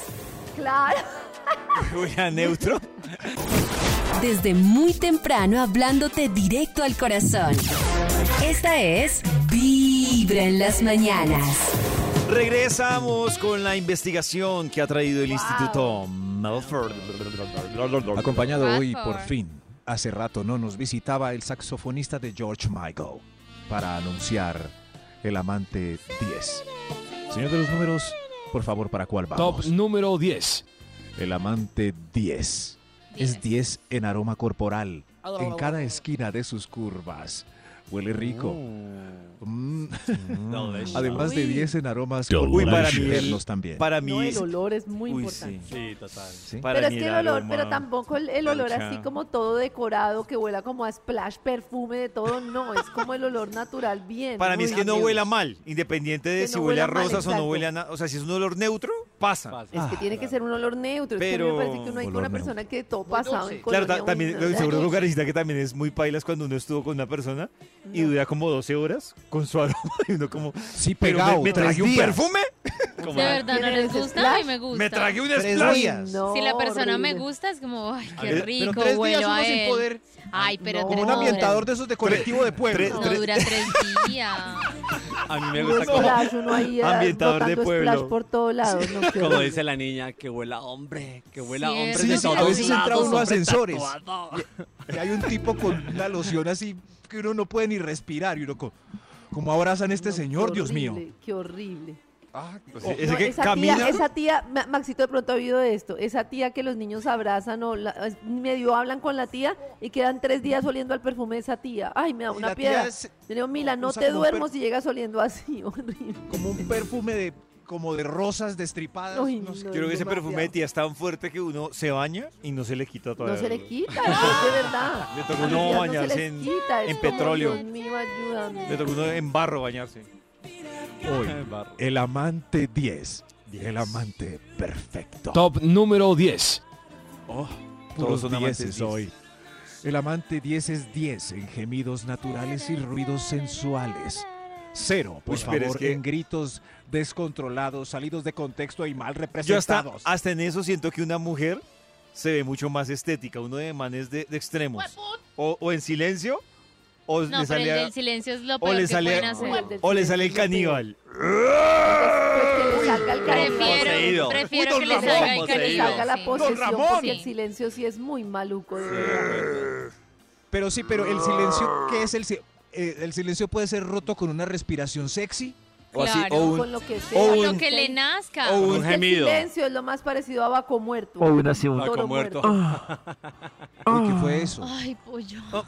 S2: Claro.
S3: Huele a neutro.
S9: Desde muy temprano hablándote directo al corazón. Esta es Vibra en las mañanas.
S6: Regresamos con la investigación que ha traído el Instituto Melford.
S4: Acompañado hoy por
S6: Radford.
S4: fin, hace rato no nos visitaba el saxofonista de George Michael para anunciar el amante 10. Señor de los números, por favor, ¿para cuál vamos? Top número 10. El amante 10. Es 10 en aroma corporal, en cada esquina de sus curvas. Huele rico. Mm.
S3: Delicious.
S4: Además de 10 en aromas
S6: Uy, para
S4: corporales
S6: mí,
S4: internos también.
S6: Para mí
S2: No, el
S6: es-
S2: olor es muy
S6: Uy,
S2: importante.
S3: Sí, total.
S6: Para
S2: pero es
S6: mí
S2: que
S6: el
S2: el olor,
S6: aroma-
S2: pero tampoco el, el olor así como todo decorado, que huela como a splash, perfume de todo, no, es como el olor natural bien.
S6: Para mí es
S2: muy
S6: que no
S2: amigos.
S6: huela mal, independiente de
S2: Que
S6: si
S2: no
S6: huele a
S2: huela mal,
S6: rosas o no
S2: exacto.
S6: huele a nada. O sea, si es un olor neutro, pasa. Ah.
S2: Es que tiene que ser un olor neutro, es que a mí
S6: Pero-
S2: me parece que uno hay con
S6: Olor
S2: una
S6: neutro.
S2: persona que todo pasado en
S6: Claro, ta-
S2: colonia,
S6: también
S2: uy,
S6: lo
S2: no,
S6: seguro
S2: no.
S6: con Karencita que también es muy pailas cuando uno estuvo con una persona y dura como 12 horas con su aroma y uno como sí
S4: pegado,
S6: me, me
S4: tres
S6: tragué un
S4: días.
S6: perfume
S5: De
S6: Como-
S5: verdad, no les gusta, a mí me gusta.
S6: me tragué un splash
S5: Si la persona me gusta, es como, ay,
S6: A
S5: qué
S6: ver, pero
S5: rico,
S6: tres
S5: huelo
S6: días
S5: a
S6: uno sin
S5: él.
S6: poder.
S5: Ay, pero
S6: Como
S5: tres
S6: un
S5: no dura-
S15: ambientador de esos de colectivo de pueblo.
S5: No dura tres días.
S3: A mí me
S2: Un
S3: gusta
S2: splash,
S3: como
S2: Pues uno ahí ah,
S3: ambientador de
S2: botando splash
S3: pueblo.
S2: por todo lado. no, qué
S3: Como
S2: horror.
S3: dice la niña, que huela a hombre, que huela a
S2: Cierto,
S3: hombre.
S2: Sí,
S3: de
S2: sí,
S3: todos
S4: a veces
S3: lados,
S4: entra uno a
S3: hombre
S4: ascensores.
S3: tatuado.
S4: Y hay un tipo con una loción así que uno no puede ni respirar. Y uno co- como abrazan a este señor, Dios mío.
S2: Horrible, Qué horrible.
S4: pues,
S2: Oh,
S4: ese que
S2: esa
S4: camina-
S2: Tía, esa tía, Ma- Maxito de pronto ha oído de esto, esa tía que los niños abrazan o la- es- medio hablan con la tía y quedan tres días oliendo al perfume de esa tía. Ay, me da
S4: Y
S2: una
S4: la tía
S2: piedra.
S4: es-
S2: Yo le digo, Mila, no
S4: usa
S2: te
S4: como un per-
S2: duermo si llegas oliendo así, horrible.
S4: Como un perfume de como de rosas destripadas.
S2: Ay,
S4: Ah, no sé.
S6: Yo creo que ese perfume de tía es tan fuerte que uno se baña y no se le quita
S2: No
S6: todavía.
S2: se le quita, es de verdad.
S6: Me tocó
S2: A los
S6: uno
S2: días se
S6: bañarse
S2: les
S6: en-
S2: quita, es
S6: en
S2: como,
S6: petróleo.
S2: Dios mío, ayúdame.
S6: Me tocó uno en barro bañarse.
S4: Hoy, el amante 10. El amante perfecto.
S15: Top número 10.
S4: Oh,
S15: Todos
S4: puros
S15: son amantes
S4: 10
S15: 10.
S4: hoy. El amante 10 es 10 en gemidos naturales y ruidos sensuales. Cero, por
S6: Uy, pero
S4: favor,
S6: es que-
S4: en gritos descontrolados, salidos de contexto y mal
S6: Yo hasta,
S4: representados.
S6: hasta en eso siento que una mujer se ve mucho más estética. Uno de manes de, de extremos. O, o en silencio, o
S5: No,
S6: pues, le
S5: pero el
S6: sale, a-
S5: del silencio es lo
S6: o
S5: peor
S6: le
S5: que
S6: sale,
S5: pueden hacer. Pues,
S6: o le sale el caníbal.
S5: Prefiero,
S6: Poseído.
S5: prefiero
S6: Uy,
S5: que
S6: don
S5: le
S6: Ramón,
S5: salga el
S2: Que le
S5: caníbal.
S2: salga la
S5: sí.
S2: posesión, porque el silencio sí es muy maluco. de verdad.
S4: Pero sí, pero el silencio,
S6: Ah.
S4: ¿qué es el silencio? el silencio puede ser roto con una respiración sexy.
S6: O así, Claro. o un-
S2: Con lo que sea.
S5: O
S2: con
S5: lo que le nazca.
S4: o un
S2: Es que El
S4: gemido.
S2: este silencio es lo más parecido a vaco muerto.
S4: O un así, un-
S2: Toro
S4: Vaco muerto.
S2: Uy,
S4: Ah. ¿qué fue eso?
S5: Ay, pollo.
S4: Oh,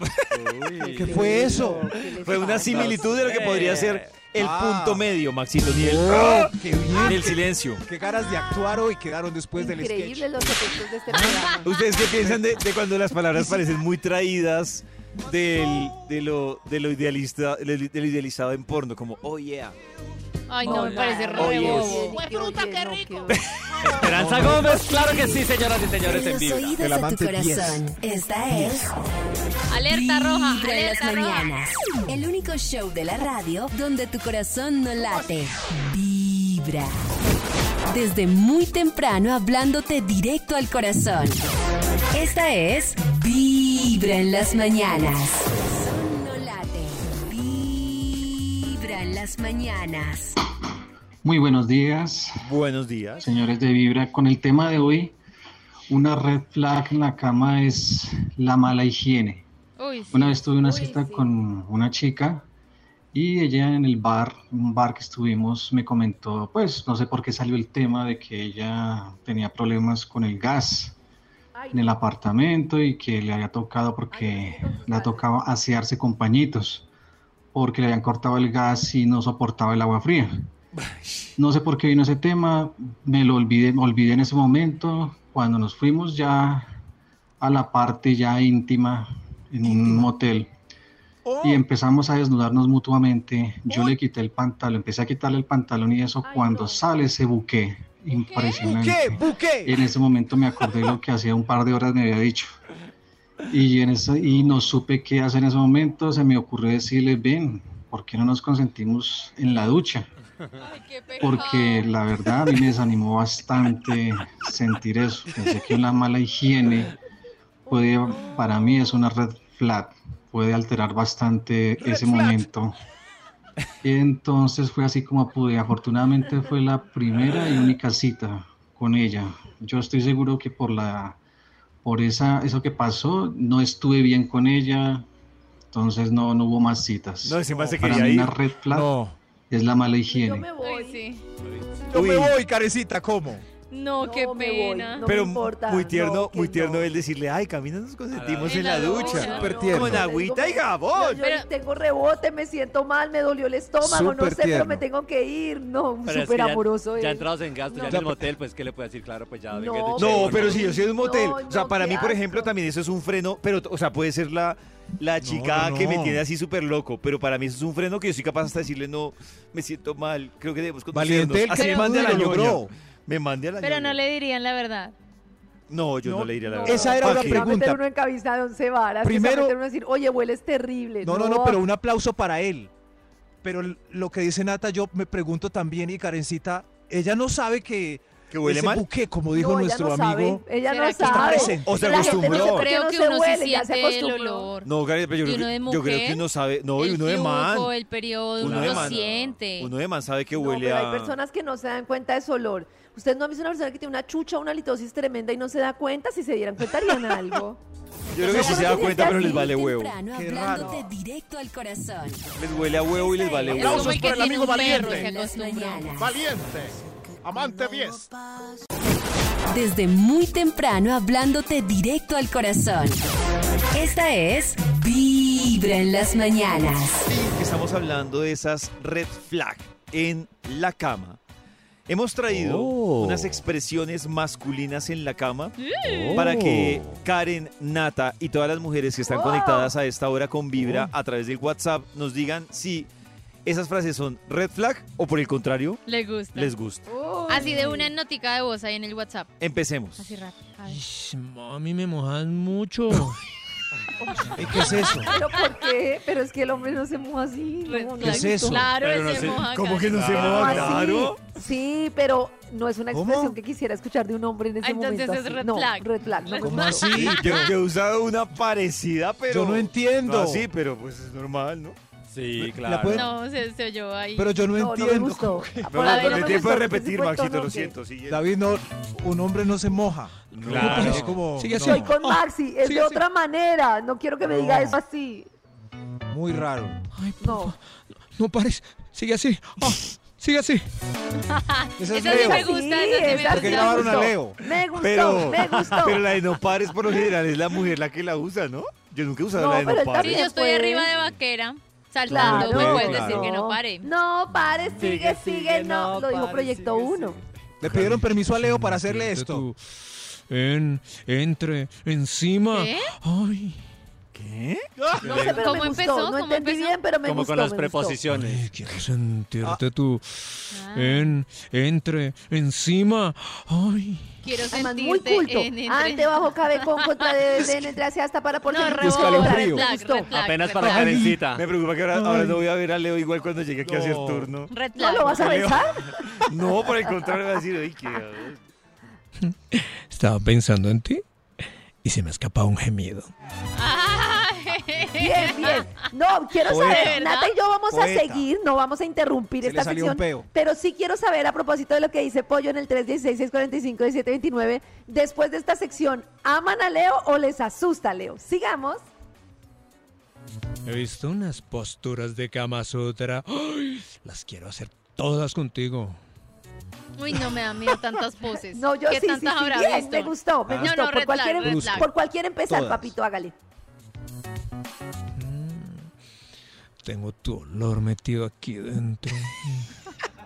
S4: ¿Qué fue eso?
S6: Fue una similitud de lo que podría ser el
S4: Ah.
S6: punto medio, Maxito. Ni el,
S4: Oh, qué
S6: ni Ah. el silencio.
S4: Qué ganas de actuar hoy quedaron después del sketch.
S2: Increíble los efectos de este programa.
S6: ¿Ustedes qué piensan de, de cuando las palabras parecen muy traídas del, de, lo, de, lo idealista, de lo idealizado en porno? Como, oh yeah,
S5: Ay, no, me
S14: Hola.
S5: parece re
S14: Oye,
S5: bobo.
S14: Fue fruta, qué rico.
S3: Esperanza Gómez, claro que sí, señoras y señores,
S9: En
S3: en
S9: los
S3: vivo.
S9: oídos de tu corazón, esta es
S5: Alerta roja,
S9: Vibra en las
S5: alerta roja.
S9: mañanas. El único show de la radio donde tu corazón no late. Vibra. Desde muy temprano hablándote directo al corazón. Esta es Vibra en las mañanas. Corazón no late. Vibra en las mañanas.
S16: Muy buenos días.
S6: Buenos días.
S16: Señores de Vibra, con el tema de hoy, una red flag en la cama es la mala higiene.
S5: Uy,
S16: Una vez tuve una cita con una chica y ella en el bar, un bar que estuvimos, me comentó, pues no sé por qué salió el tema de que ella tenía problemas con el gas en el apartamento y que le había tocado porque le tocaba asearse con pañitos porque le habían cortado el gas y no soportaba el agua fría. No sé por qué vino ese tema, me lo olvidé, me olvidé en ese momento. Cuando nos fuimos ya a la parte ya íntima en un motel y empezamos a desnudarnos mutuamente, yo le quité el pantalón, empecé a quitarle el pantalón y eso cuando sale ese buque impresionante. En ese momento me acordé lo que hacía un par de horas me había dicho. Y, en ese- y no supe qué hacer en ese momento, se me ocurrió decirle, ven, ¿por qué no nos consentimos en la ducha? Porque la verdad a mí me desanimó bastante sentir eso. Pensé que una mala higiene puede, para mí es una red flag, puede alterar bastante ese momento. Entonces fue así como pude. Afortunadamente fue la primera y única cita con ella. Yo estoy seguro que por la, por esa, eso que pasó, no estuve bien con ella. Entonces no, no hubo más citas.
S6: No, siempre se
S16: Para
S6: quería
S16: mí una
S6: ir.
S16: red flag es la mala higiene.
S5: Uy, sí.
S6: Yo me voy,
S15: carecita, ¿cómo?
S5: No, qué pena.
S6: Pero muy tierno, muy tierno el decirle, ay, camina, nos consentimos en la ducha.
S2: Súper
S6: Con agüita y jabón.
S2: Yo, yo tengo rebote, me siento mal, me dolió el estómago, no
S6: Súper
S2: sé, pero
S3: tierno.
S2: me tengo que ir. No,
S3: Pero es que
S2: súper
S3: ya-
S2: amoroso.
S3: Ya,
S2: él.
S3: entrados en gasto, ya en
S2: No.
S3: el motel, pues, ¿qué le puedes decir? Claro, pues ya. venga, de
S6: No,
S3: chico,
S6: pero, si yo soy en un motel,
S3: No,
S6: o sea,
S3: no,
S6: para
S3: qué
S6: mí, por ejemplo, también eso es un freno, pero, o sea, puede ser la, la chica
S3: no,
S6: que me
S3: no.
S6: tiene así súper loco, pero para mí eso es un freno que yo soy capaz hasta de decirle, no, me siento mal, creo que debemos
S15: Valiente
S6: conducirnos.
S15: el
S6: Así
S15: que
S6: me mande a la
S15: lo
S6: ñoña.
S15: logró.
S6: Me mande a la
S5: Pero
S6: ñoña.
S5: no le dirían la verdad.
S6: No, yo no, le diría la verdad.
S15: Esa era
S6: ¿Pa'
S15: una
S6: qué?
S2: Se va a meter uno en cabeza de once varas. Primero.
S15: Primero-
S2: Se va a meter uno a decir, oye, hueles terrible.
S15: No, no, no, pero un aplauso para él. Pero l- lo que dice Nata, yo me pregunto también, y Karencita, ella no sabe que.
S6: ¿Que huele
S15: ese
S6: mal?
S15: buque, como dijo
S2: No, ella
S15: nuestro
S2: no sabe.
S15: amigo.
S2: Ella no
S15: está
S2: sabe.
S15: presente.
S6: O se
S2: La gente
S6: acostumbró.
S2: no sé por qué
S5: Creo
S2: no
S5: que
S2: se
S5: uno sí
S2: huele, ya se
S5: siente el
S2: acostumbró.
S5: olor.
S6: No, Karen, pero
S5: Y
S6: yo,
S5: uno
S6: creo,
S5: de
S6: que- yo creo
S5: mujer,
S6: que uno sabe, no, y
S5: el
S6: uno de man.
S5: flujo, el periodo, uno,
S6: Uno de
S5: lo
S6: man.
S5: siente.
S6: Uno de man sabe que
S2: No,
S6: huele
S2: pero hay
S6: a...
S2: personas que no se dan cuenta de ese olor. Usted no ha visto una persona que tiene una chucha, una litosis tremenda y no se da cuenta. Si se dieran cuenta, harían algo.
S6: Yo creo que sí se da cuenta, pero les vale huevo.
S9: Temprano hablándote directo al corazón.
S6: Les huele a huevo y les vale
S9: Es
S6: huevo.
S9: como el que tiene un perro, se
S14: Las mañanas.
S15: Valiente. Amante 10.
S9: Desde muy temprano hablándote directo al corazón. Esta es Vibra en las mañanas.
S6: que estamos hablando de esas red flag en la cama. Hemos traído unas expresiones masculinas en la cama
S14: Mm.
S6: para
S14: Oh.
S6: que Karen, Nata y todas las mujeres que están
S14: Oh.
S6: conectadas a esta hora con Vibra a través del WhatsApp nos digan si esas frases son red flag o por el contrario
S5: Le gusta.
S6: les gusta.
S5: Así de una notica de voz ahí en el WhatsApp.
S6: Empecemos.
S5: Así rápido. a ver.
S17: Mami, me mojan mucho.
S15: ¿Y qué es eso?
S2: ¿Pero por qué? Pero es que el hombre no se moja así. no, no,
S15: ¿Qué es
S2: no.
S15: eso? Claro, Pero él no se se- moja, ¿cómo que no se Karen? moja?
S2: Así.
S15: Claro.
S2: Sí, pero no es una
S6: ¿Cómo?
S2: expresión que quisiera escuchar de un hombre en ese
S5: Ah, Entonces
S2: momento.
S5: es
S2: así.
S5: red
S2: no,
S5: flag.
S2: Red flag. no me
S5: ¿Cómo
S2: gustó.
S5: así?
S6: Yo, yo he usado una parecida, pero...
S15: Yo no entiendo.
S6: No así, pero pues es normal, ¿no?
S3: Sí,
S15: claro. pueden-
S5: No, se, se oyó ahí.
S15: Pero yo no, entiendo.
S6: No, no, no, tiempo de repetir, Maxito, lo siento. Siguiente.
S15: David, no, un hombre no se moja.
S6: Claro.
S15: Es como.
S6: Sigue
S15: no, Ah,
S6: así.
S2: Estoy con Maxi, es de otra manera. No quiero que me diga eso así.
S15: Muy raro.
S2: No.
S17: No pares. Sigue así. Ah, sigue así.
S5: Esa
S6: Esa es
S5: sí
S6: Leo.
S5: me gusta, esa sí me
S6: ¿Por qué
S5: gusta.
S6: grabaron a Leo?
S2: Me gustó,
S6: pero,
S2: me gustó.
S6: Pero la de no pares por lo general es la mujer la que la usa, ¿no? Yo nunca he usado
S2: No,
S6: la de
S2: pero
S6: no
S2: él
S6: pares.
S5: Sí, yo estoy
S2: Pues-
S5: arriba de vaquera. Saltando,
S6: Claro,
S5: me puedes decir
S6: claro.
S5: que no pare.
S2: No, pare, sigue, sigue, no. Lo dijo Proyecto 1.
S15: Le pidieron permiso a Leo para hacerle esto.
S17: En, entre, encima.
S5: ¿Qué?
S17: Ay.
S15: ¿Eh?
S3: ¿Qué?
S2: No sé, pero
S5: ¿Cómo
S2: me
S5: empezó?
S2: gustó. No
S5: ¿Cómo
S2: entendí
S5: empezó?
S2: bien, pero me
S3: Como
S2: gustó.
S3: con las
S2: me gustó.
S3: preposiciones.
S17: Ay, quiero
S15: Ah.
S17: sentirte tú en, entre, encima. Ay.
S5: Quiero
S2: Además, muy
S5: sentirte
S2: culto.
S5: en entre-
S2: Ante, bajo, cabe, con, contra, de, de, entre, hacia, hasta, para, por
S5: No,
S2: ejemplo.
S5: re-
S2: flag, red flag,
S3: Apenas
S5: red
S3: para
S5: flag.
S3: Karencita.
S6: Me preocupa que ahora, ahora no voy a ver a Leo igual cuando llegue aquí a hacer turno.
S5: Red
S2: ¿No lo vas a
S6: Leo.
S2: besar?
S6: No, por el contrario, va a decir, oye, qué.
S17: Estaba pensando en ti y se me escapaba un gemido.
S2: Bien, bien. No, quiero
S17: Poeta.
S2: saber. Nata y yo vamos
S17: Poeta.
S2: a seguir, no vamos a interrumpir
S15: Se le
S2: esta
S15: salió
S2: sección.
S15: un peo.
S2: Pero sí quiero saber a propósito de lo que dice Pollo en el 316-645-1729. Después de esta sección, ¿aman a Leo o les asusta a Leo? Sigamos.
S17: He visto unas posturas de Kama Sutra. ¡Ay! Las quiero hacer todas contigo.
S5: Uy, no me da miedo tantas voces.
S2: No, yo
S5: ¿Qué
S2: sí, sí,
S5: tantas
S2: sí,
S5: habrá
S2: bien,
S5: visto?
S2: me gustó, me
S17: Ah.
S2: gustó.
S5: No, no,
S2: por,
S5: red
S2: cualquier, em-
S5: flag, red flag.
S2: por cualquier empezar,
S17: Todas.
S2: papito, hágale.
S17: Mm. Tengo tu olor metido aquí dentro.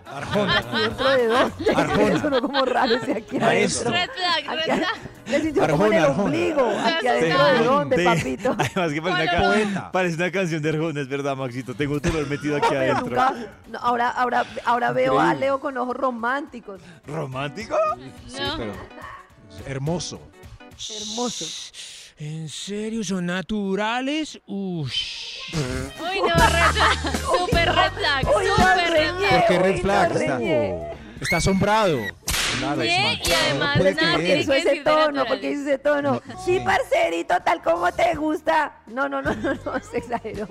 S2: Aquí dentro de dos.
S17: Arjona.
S2: Sonó como raro ese aquí
S3: Maestro.
S2: adentro.
S5: Red flag, red
S2: Aquí-
S5: flag.
S2: Le sintió como en el
S3: Arjona, Arjona.
S2: ombligo. Aquí adentro
S6: Tengo
S2: de
S6: un-
S2: dónde,
S6: te-
S2: papito.
S6: Además que parece una,
S2: Bueno,
S6: ca- parece una canción de Arjona, es verdad, Maxito. Tengo un dolor metido
S2: No,
S6: aquí
S2: pero
S6: adentro.
S2: nunca- no, ahora, ahora, ahora veo a
S6: Increíble.
S2: Leo con ojos románticos.
S6: ¿Romántico?
S2: Sí, No. pero-
S15: Hermoso.
S2: Hermoso.
S17: ¿En serio son naturales? Ush.
S5: Uy, no, red flag. Super red flag.
S2: Uy, no,
S5: Super red
S2: reñe.
S5: flag.
S15: Porque
S2: Uy,
S15: Red
S2: no,
S15: Flag está,
S2: reñe.
S15: está asombrado. Nada, es
S5: Bien,
S15: mal.
S5: y además
S15: puede
S5: nada,
S15: creer.
S5: tiene
S2: Eso
S5: que
S2: ese
S5: decir de
S2: tono,
S5: naturales.
S2: porque hizo ese tono. Sí, parcerito, tal como te gusta. No, no, no, no, no, se exageró.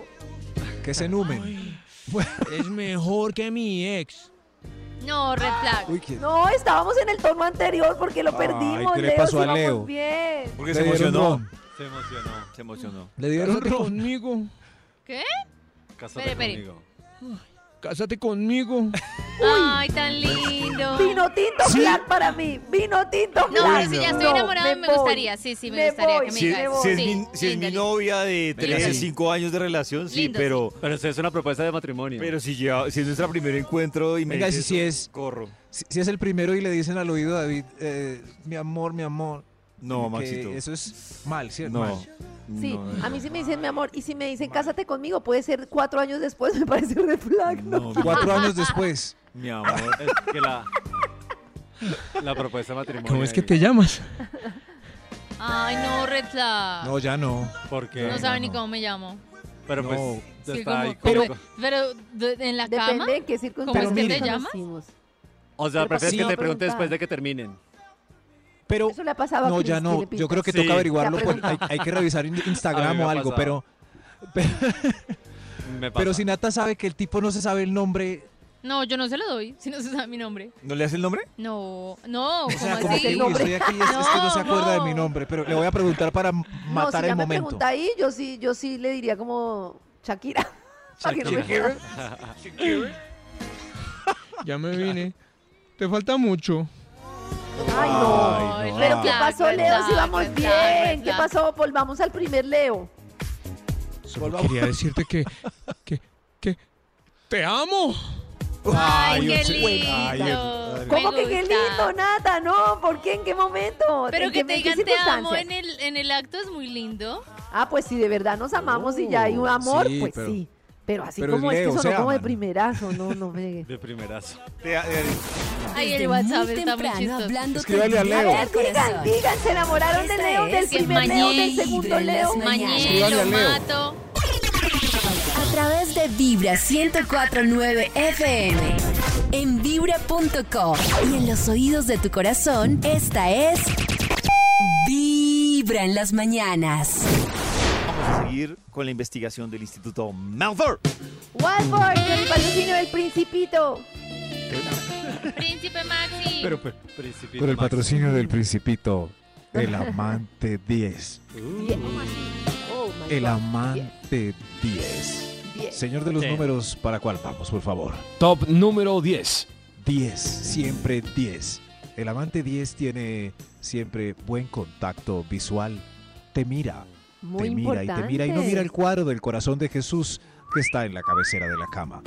S15: Que se numen.
S17: Es mejor que mi ex.
S5: No, red flag.
S15: Uy, qué-
S2: No, estábamos en el tono anterior porque lo
S15: Ay,
S2: perdimos.
S15: ¿qué le
S2: Leo,
S15: pasó a
S2: íbamos
S15: Leo?
S2: bien.
S6: Porque
S15: Le
S6: se
S15: dieron
S6: emocionó.
S15: ron.
S6: Se emocionó, se emocionó.
S15: Le dieron
S17: Cásate
S15: ron.
S17: conmigo.
S5: ¿Qué?
S6: Cásate
S5: Espere,
S6: conmigo.
S17: Cásate conmigo.
S5: Ay, tan lindo.
S2: Vino tinto flat para mí. Vino
S5: No,
S2: tinto flat.
S5: pero si ya estoy
S2: No,
S5: enamorada, me
S2: voy.
S5: gustaría. Sí, sí, me gustaría que me
S6: Si,
S5: digas.
S6: si es
S5: Sí,
S6: mi, si es mi
S5: linda, linda.
S6: novia de
S3: Venga,
S6: 3 a
S3: sí.
S6: 5 años de relación, sí,
S5: Lindo,
S6: pero,
S3: Pero eso es una propuesta de matrimonio.
S6: pero si, lleva- si es nuestro primer encuentro y me
S15: Venga,
S6: dice
S15: si, si
S6: eso,
S15: es,
S6: corro.
S15: si, si es el primero y le dicen al oído a David, eh, mi amor, mi amor.
S6: No,
S15: que
S6: Maxito.
S15: Eso es mal, ¿cierto?
S6: No.
S15: Mal.
S2: Sí,
S6: No, no,
S2: a mí sí me dicen mi amor y si me dicen cásate conmigo, puede ser cuatro años después, me parece un red flag. ¿no?
S6: no,
S15: Cuatro años después.
S6: Mi amor.
S3: Es que la, la propuesta de matrimonio.
S17: ¿Cómo es que
S3: ahí.
S17: te llamas?
S5: Ay, no, red flag.
S15: No, ya no.
S3: Porque.
S5: Ah. No sabe ni cómo me llamo.
S3: Pero pues.
S15: No.
S3: ya
S5: Sí,
S3: está
S5: como-
S3: ahí.
S5: pero,
S3: como-
S5: pero, ¿de- en la cama.
S2: Depende en qué circunstancias
S5: es que
S2: nos
S5: te llamas?
S2: conocimos.
S3: o sea,
S2: pero pues
S3: prefieres que
S2: no
S3: te pregunte
S2: preguntaba.
S3: después de que terminen.
S15: Pero
S2: Eso le ha pasado a
S15: no, ya
S2: Cristi,
S15: no.
S2: le
S15: Yo
S2: pinta.
S15: creo que
S3: Sí.
S15: toca averiguarlo.
S2: Ya
S15: por- hay,
S2: preguntaba.
S15: hay que revisar in-
S3: A mí
S15: Instagram
S3: me
S15: o
S3: ha
S15: algo,
S3: pasado.
S15: pero,
S3: Me pasa.
S15: pero si Nata sabe que el tipo no se sabe el nombre,
S5: No, yo no se lo doy, si no se sabe mi nombre.
S6: ¿No le hace el nombre?
S5: No, no,
S15: o sea,
S5: ¿cómo
S15: como
S5: así?
S15: que uy, estoy aquí, es, es que no se
S5: No,
S15: acuerda de mi
S5: no.
S15: nombre, pero le voy a preguntar para m-
S2: No, si
S15: matar
S2: ya
S15: el
S2: me
S15: momento.
S2: pregunta ahí, yo sí, yo sí le diría como Shakira. para que no me
S3: Shakira.
S2: jodas.
S17: Ya me vine. Te falta mucho.
S2: Ay, no.
S5: Ay,
S2: Pero
S5: no.
S2: ¿qué
S15: Ah,
S2: pasó,
S5: Red
S2: Leo? Si
S5: flag,
S2: vamos
S5: red flag, red
S2: bien. ¿Qué
S5: flag.
S2: pasó? Volvamos al primer Leo.
S17: Solo quería decirte que, que, que te amo.
S5: Ay, qué
S15: Dios, güey. Ay,
S5: lindo.
S15: Dios.
S2: ¿Cómo
S5: Me
S2: que qué
S5: gusta.
S2: lindo, Nata? No, ¿por qué? ¿En qué momento?
S5: Pero
S2: ¿En
S5: que
S2: qué-
S5: te
S2: en qué
S5: digan te amo
S2: circunstancias?
S5: en el, en el acto es muy lindo.
S2: Ah, pues si de verdad nos amamos y ya hay un amor,
S15: sí,
S2: pues
S15: pero-
S2: sí. Pero así
S15: pero
S2: como es
S15: Leo,
S2: que
S15: se
S2: sonó como de
S15: aman.
S2: primerazo, no, no me...
S3: De primerazo.
S6: Te- eh,
S5: Ay,
S9: Desde
S5: el WhatsApp
S9: muy
S5: está muy
S9: temprano
S5: chistoso.
S9: hablando
S15: Escríbale a
S2: A
S15: Leo.
S2: ver, digan, digan, ¿se enamoraron de
S9: Esta
S2: Leo, del
S9: es
S2: primer Leo, del
S9: Mañé
S2: segundo
S9: Vibra en las
S2: Leo?
S9: Mañanas.
S5: Mañé,
S15: Escríbale
S5: lo
S15: a Leo.
S5: mato.
S9: A través de Vibra 104.9 FM. En vibra.com. Y en los oídos de tu corazón, esta es... Vibra en las mañanas.
S6: Vamos a seguir con la investigación del Instituto Malfour.
S2: Watford, con el patrocinio del Principito.
S5: Príncipe Maxi.
S3: Pero, pero, principito.
S4: Por el
S3: Max.
S4: patrocinio del Principito, el amante 10.
S2: Oh, my
S4: El
S2: God.
S4: amante 10.
S2: Diez.
S4: Señor de los
S3: Sí.
S4: números, ¿para cuál vamos, por favor?
S17: Top número 10.
S4: 10, siempre 10. El amante 10 tiene siempre buen contacto visual. Te mira,
S2: Muy
S4: te mira y te mira y no mira el cuadro del corazón de Jesús que está en la cabecera de la cama.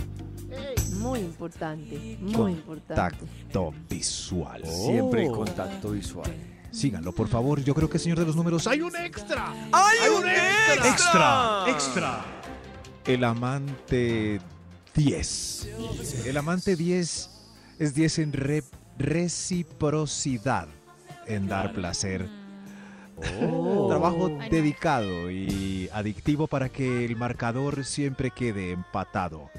S2: Muy importante, muy importante.
S4: Tacto visual.
S17: Oh.
S6: Siempre el contacto visual.
S4: Síganlo, por favor. Yo creo que, señor de los números, hay un
S15: extra!
S6: ¡Hay,
S15: un extra!
S4: extra. Extra. El amante 10. El amante 10 es 10 en re- reciprocidad, en dar placer.
S15: Oh.
S4: Trabajo
S15: Ay, no.
S4: dedicado y adictivo para que el marcador siempre quede empatado.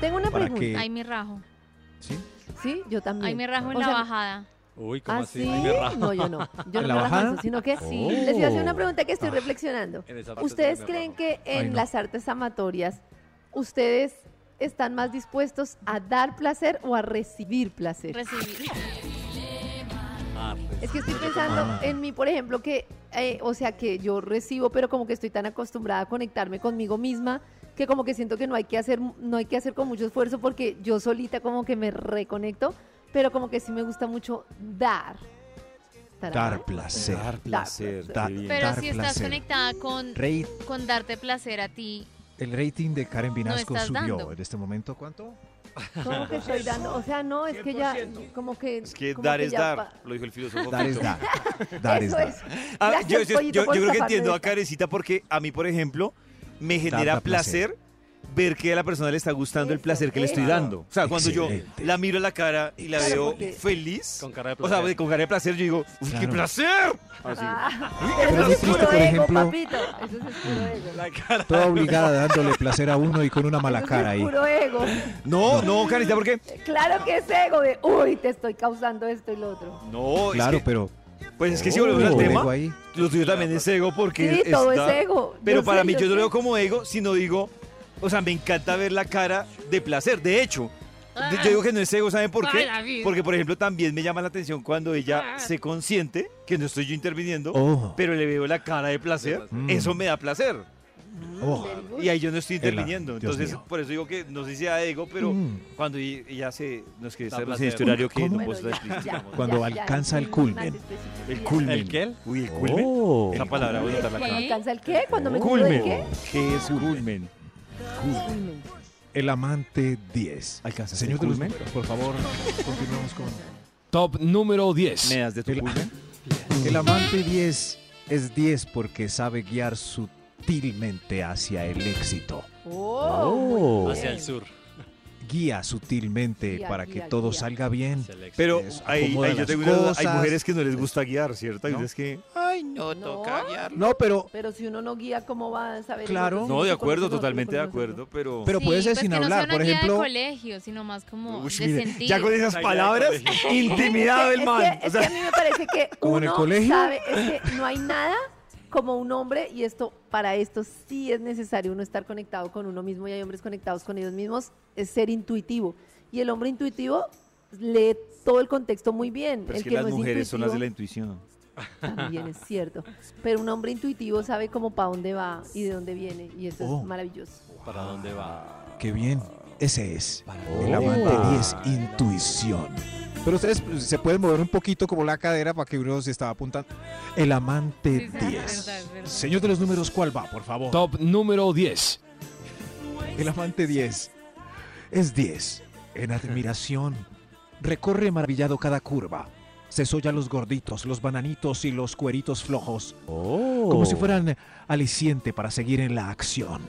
S2: Tengo una
S4: Para
S2: pregunta.
S4: que-
S5: Ahí me rajo.
S2: Sí, yo también.
S5: Ahí me rajo en
S2: O
S5: la
S2: sea,
S5: bajada.
S3: pues, Uy,
S2: ¿Ah, sí? No, yo no. Yo no
S3: ¿En
S2: me
S3: la
S2: la
S3: bajada?
S2: lanzo, sino que
S3: Sí.
S2: les voy a hacer una
S3: Oh.
S2: pregunta que estoy
S3: Ah.
S2: reflexionando.
S3: En esa parte
S2: ¿Ustedes
S3: sí me
S2: creen que
S3: Ay,
S2: en
S3: no.
S2: las artes amatorias ustedes están más dispuestos a dar placer o a recibir placer?
S5: Recibir.
S2: Es que estoy pensando
S5: Ah.
S2: en mí, por ejemplo, que, eh, o sea, que yo recibo, pero como que estoy tan acostumbrada a conectarme conmigo misma que como que siento que no hay que hacer, no hay que hacer con mucho esfuerzo porque yo solita como que me reconecto, pero como que sí me gusta mucho dar. Tarara.
S4: Dar placer.
S2: Dar
S4: placer.
S5: Pero si estás conectada con,
S4: Rey-
S5: con darte placer a ti,
S3: Ah,
S4: El rating de Karen Vinasco
S5: estás
S4: subió
S5: dando.
S4: en este momento. ¿Cuánto?
S2: Como que estoy dando, o sea, no, es que ya, como que...
S6: Es que
S2: como
S6: dar
S2: que
S6: es
S2: ya
S6: dar,
S2: pa-
S6: lo dijo el filósofo.
S4: Dar es
S6: Fito.
S4: dar. Dar es
S2: Eso
S4: dar.
S2: es.
S6: Ah,
S2: Gracias,
S6: yo, yo-
S2: pollito,
S6: yo-
S2: por
S6: yo creo
S2: zafarme
S6: que entiendo
S2: de
S6: a Karencita porque a mí, por ejemplo, me genera
S4: da placer.
S6: placer ver que a la persona le está gustando el placer que le estoy
S4: eso.
S6: dando. O sea, cuando yo
S4: Excelente.
S6: la miro a la cara y la
S4: Claro,
S6: veo
S4: porque-
S6: feliz,
S3: Con cara de
S6: o sea,
S3: placer.
S6: con cara de placer, yo digo, ¡Uy, qué
S3: Claro.
S6: placer! Así.
S2: Ah, eso
S6: qué
S2: es
S4: placer.
S2: puro
S4: Por
S2: ego,
S4: ejemplo-
S2: papito, eso sí es puro ego.
S4: Toda obligada dándole placer a uno y con una mala cara ahí.
S2: Puro ego.
S6: No, no, Karencita, porque
S2: Claro que es ego de, uy, te estoy causando esto y lo otro.
S6: no,
S4: Claro,
S6: es que,
S4: pero
S6: pues es que si
S4: Oh,
S6: volvemos al
S4: ego
S6: tema,
S4: ahí.
S6: lo tuyo también es ego porque
S2: Sí, todo
S6: está-
S2: es ego. Yo
S6: Pero para
S2: sé,
S6: mí
S2: yo
S6: yo no
S2: sé.
S6: lo veo como ego, sino digo, o sea, me encanta ver la cara de placer. De hecho, de- yo digo que no es ego, ¿saben por
S5: Ay,
S6: qué?
S5: David.
S6: Porque, por ejemplo, también me llama la atención cuando ella se consiente, que no estoy yo interviniendo,
S4: Oh.
S6: pero le veo la cara de placer,
S4: placer.
S6: eso me da placer.
S4: Oh.
S6: Y ahí yo no estoy interviniendo.
S4: Dios
S6: Entonces,
S4: mío.
S6: por eso digo que no sé si sea ego, pero
S4: Mm.
S6: cuando y- ella se nos quiere
S3: Da
S6: estar en
S3: placer.
S6: este horario que
S4: ¿Cómo?
S6: no puedo
S4: Bueno,
S6: estar
S4: ya,
S6: explícito,
S4: ya,
S6: digamos.
S4: Cuando
S2: ya,
S4: alcanza
S2: ya,
S4: el culmen.
S6: El culmen.
S3: ¿El qué?
S6: Uy, el culmen.
S4: Oh.
S6: Esa palabra bonita la
S2: ¿Cuando
S6: cara.
S2: alcanza el qué? ¿Cuando me curo de
S6: Culmen.
S2: qué?
S6: ¿Qué es culmen?
S2: Culmen.
S4: El amante 10. Alcanza. Señor de los
S17: culmen?
S4: números, por favor, continuamos con.
S17: Top número 10.
S6: Meas de tu culmen.
S4: El amante 10 es 10 porque sabe guiar sutilmente hacia el éxito.
S2: Oh, muy
S3: Hacia
S2: bien.
S3: el sur.
S4: Guía sutilmente
S2: Guía,
S4: para
S2: guía,
S4: que todo
S2: guía.
S4: salga bien.
S6: Pero
S4: Eso,
S6: ahí,
S4: acomoda
S6: ahí yo
S4: las
S6: tengo una duda. Hay
S4: cosas.
S6: mujeres que no les gusta guiar, ¿cierto? Hay
S4: ¿No?
S6: veces que.
S2: Ay, no, toca guiarlo.
S4: No, pero
S2: Pero si uno no guía, ¿cómo va a saber? el
S4: Claro.
S2: otro?
S6: No,
S2: Si
S6: de
S2: conoce
S6: acuerdo,
S2: el otro,
S6: totalmente de
S2: no conoce el
S6: acuerdo, pero.
S4: Pero puede ser
S5: pues
S4: sin
S5: que
S4: hablar,
S5: no sea
S4: por
S5: una guía
S4: ejemplo.
S5: de colegio, sino más como
S4: Ush,
S5: de
S4: mire,
S5: sentir.
S6: Ya con esas
S3: Ay,
S6: palabras,
S3: ay, colegio.
S6: intimidado el
S2: es
S6: man.
S2: Que,
S6: O
S2: es que a
S6: sea,
S2: mí me parece que
S4: ¿Como en el
S2: uno
S4: colegio?
S2: sabe, es que no hay nada como un hombre y esto para esto sí es necesario uno estar conectado con uno mismo y hay hombres conectados con ellos mismos, es ser intuitivo. Y el hombre intuitivo lee todo el contexto muy bien.
S6: pero es
S2: el
S6: que
S2: que
S6: las
S2: no es
S6: mujeres son las de la
S2: intuitivo
S6: intuición.
S2: También es cierto. Pero un hombre intuitivo sabe como para dónde va y de dónde viene y eso
S4: Oh.
S2: es maravilloso.
S3: ¿Para dónde va?
S4: Qué bien. Ese es el
S3: Oh.
S4: amante 10, intuición. Pero ustedes pues, se pueden mover un poquito como la cadera para que uno se estaba apuntando. El amante 10. Señor de los números, ¿cuál va, por favor?
S17: Top número 10.
S4: El amante 10 es 10. En admiración. Recorre maravillado cada curva. Se soya los gorditos, los bananitos y los cueritos flojos. Oh. Como
S3: Oh.
S4: si fueran aliciente para seguir en la acción.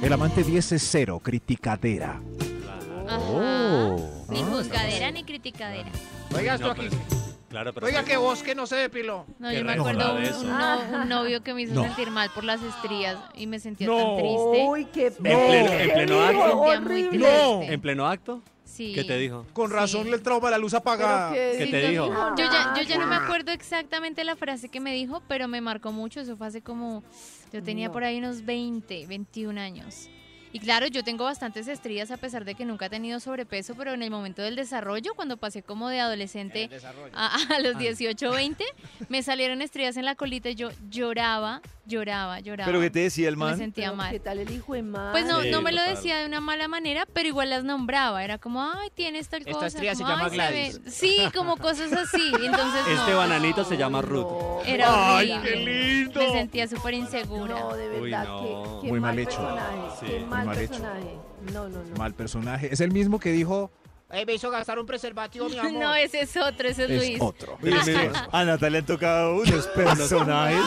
S4: El amante 10 es cero, criticadera.
S5: Ajá. Ni
S4: Ah,
S5: juzgadera ni criticadera.
S7: Oiga, esto
S3: Oh. No,
S7: aquí.
S3: pero es que- Claro, pero.
S7: Oiga,
S3: es
S7: que vos que no se depiló.
S5: No,
S3: Qué
S5: yo me
S3: raro
S5: acuerdo
S3: hablar de
S5: un,
S3: eso.
S5: un no- un novio que me hizo
S3: No.
S5: sentir mal por las estrías y me sentía
S3: No.
S5: tan triste.
S2: Uy, qué
S3: En pleno,
S2: pena.
S3: en pleno
S5: Me
S3: acto.
S5: sentía muy triste.
S3: No. ¿En pleno acto?
S5: Sí.
S3: ¿Qué te dijo?
S15: Con razón el trauma, la luz apagada.
S2: Pero
S3: ¿Qué te
S5: Sí,
S3: dijo?
S5: Yo ya, yo ya no me acuerdo exactamente la frase que me dijo, pero me marcó mucho. Eso fue hace como. Yo tenía
S2: No.
S5: por ahí unos 20, 21 años. Y claro, yo tengo bastantes estrías a pesar de que nunca he tenido sobrepeso, pero en el momento del desarrollo, cuando pasé como de adolescente a, a los 18, 20, me salieron estrías en la colita y yo lloraba, lloraba, lloraba.
S6: Pero que te decía el
S5: Me
S6: man.
S5: sentía mal.
S2: ¿Qué tal el hijo de madre?
S5: Pues no,
S6: Sí,
S5: no me lo
S6: total.
S5: decía de una mala manera, pero igual las nombraba. Era como, ay, tienes tal
S7: Esta
S5: cosa.
S7: estrella se
S5: como,
S7: llama
S5: "Ay, ve".
S7: Gladys.
S5: Sí, como cosas así. Entonces, no.
S3: Este bananito se llama Ruth.
S5: Era
S3: Ay,
S5: horrible. Me sentía súper insegura.
S2: No, de
S3: Uy,
S2: verdad,
S3: no.
S2: qué, qué
S4: Muy
S2: mal,
S4: mal hecho.
S2: personaje.
S4: Sí,
S2: qué
S4: muy
S2: mal
S4: mal hecho.
S2: personaje. No, no, no.
S4: Mal personaje. Es el mismo que dijo
S7: Ay, Eh, me hizo gastar un preservativo, mi amor.
S5: No, ese es otro, ese es,
S7: Es
S5: Luis. Ah,
S7: otro.
S6: Mire, mire, a Natalia le han tocado unos personajes.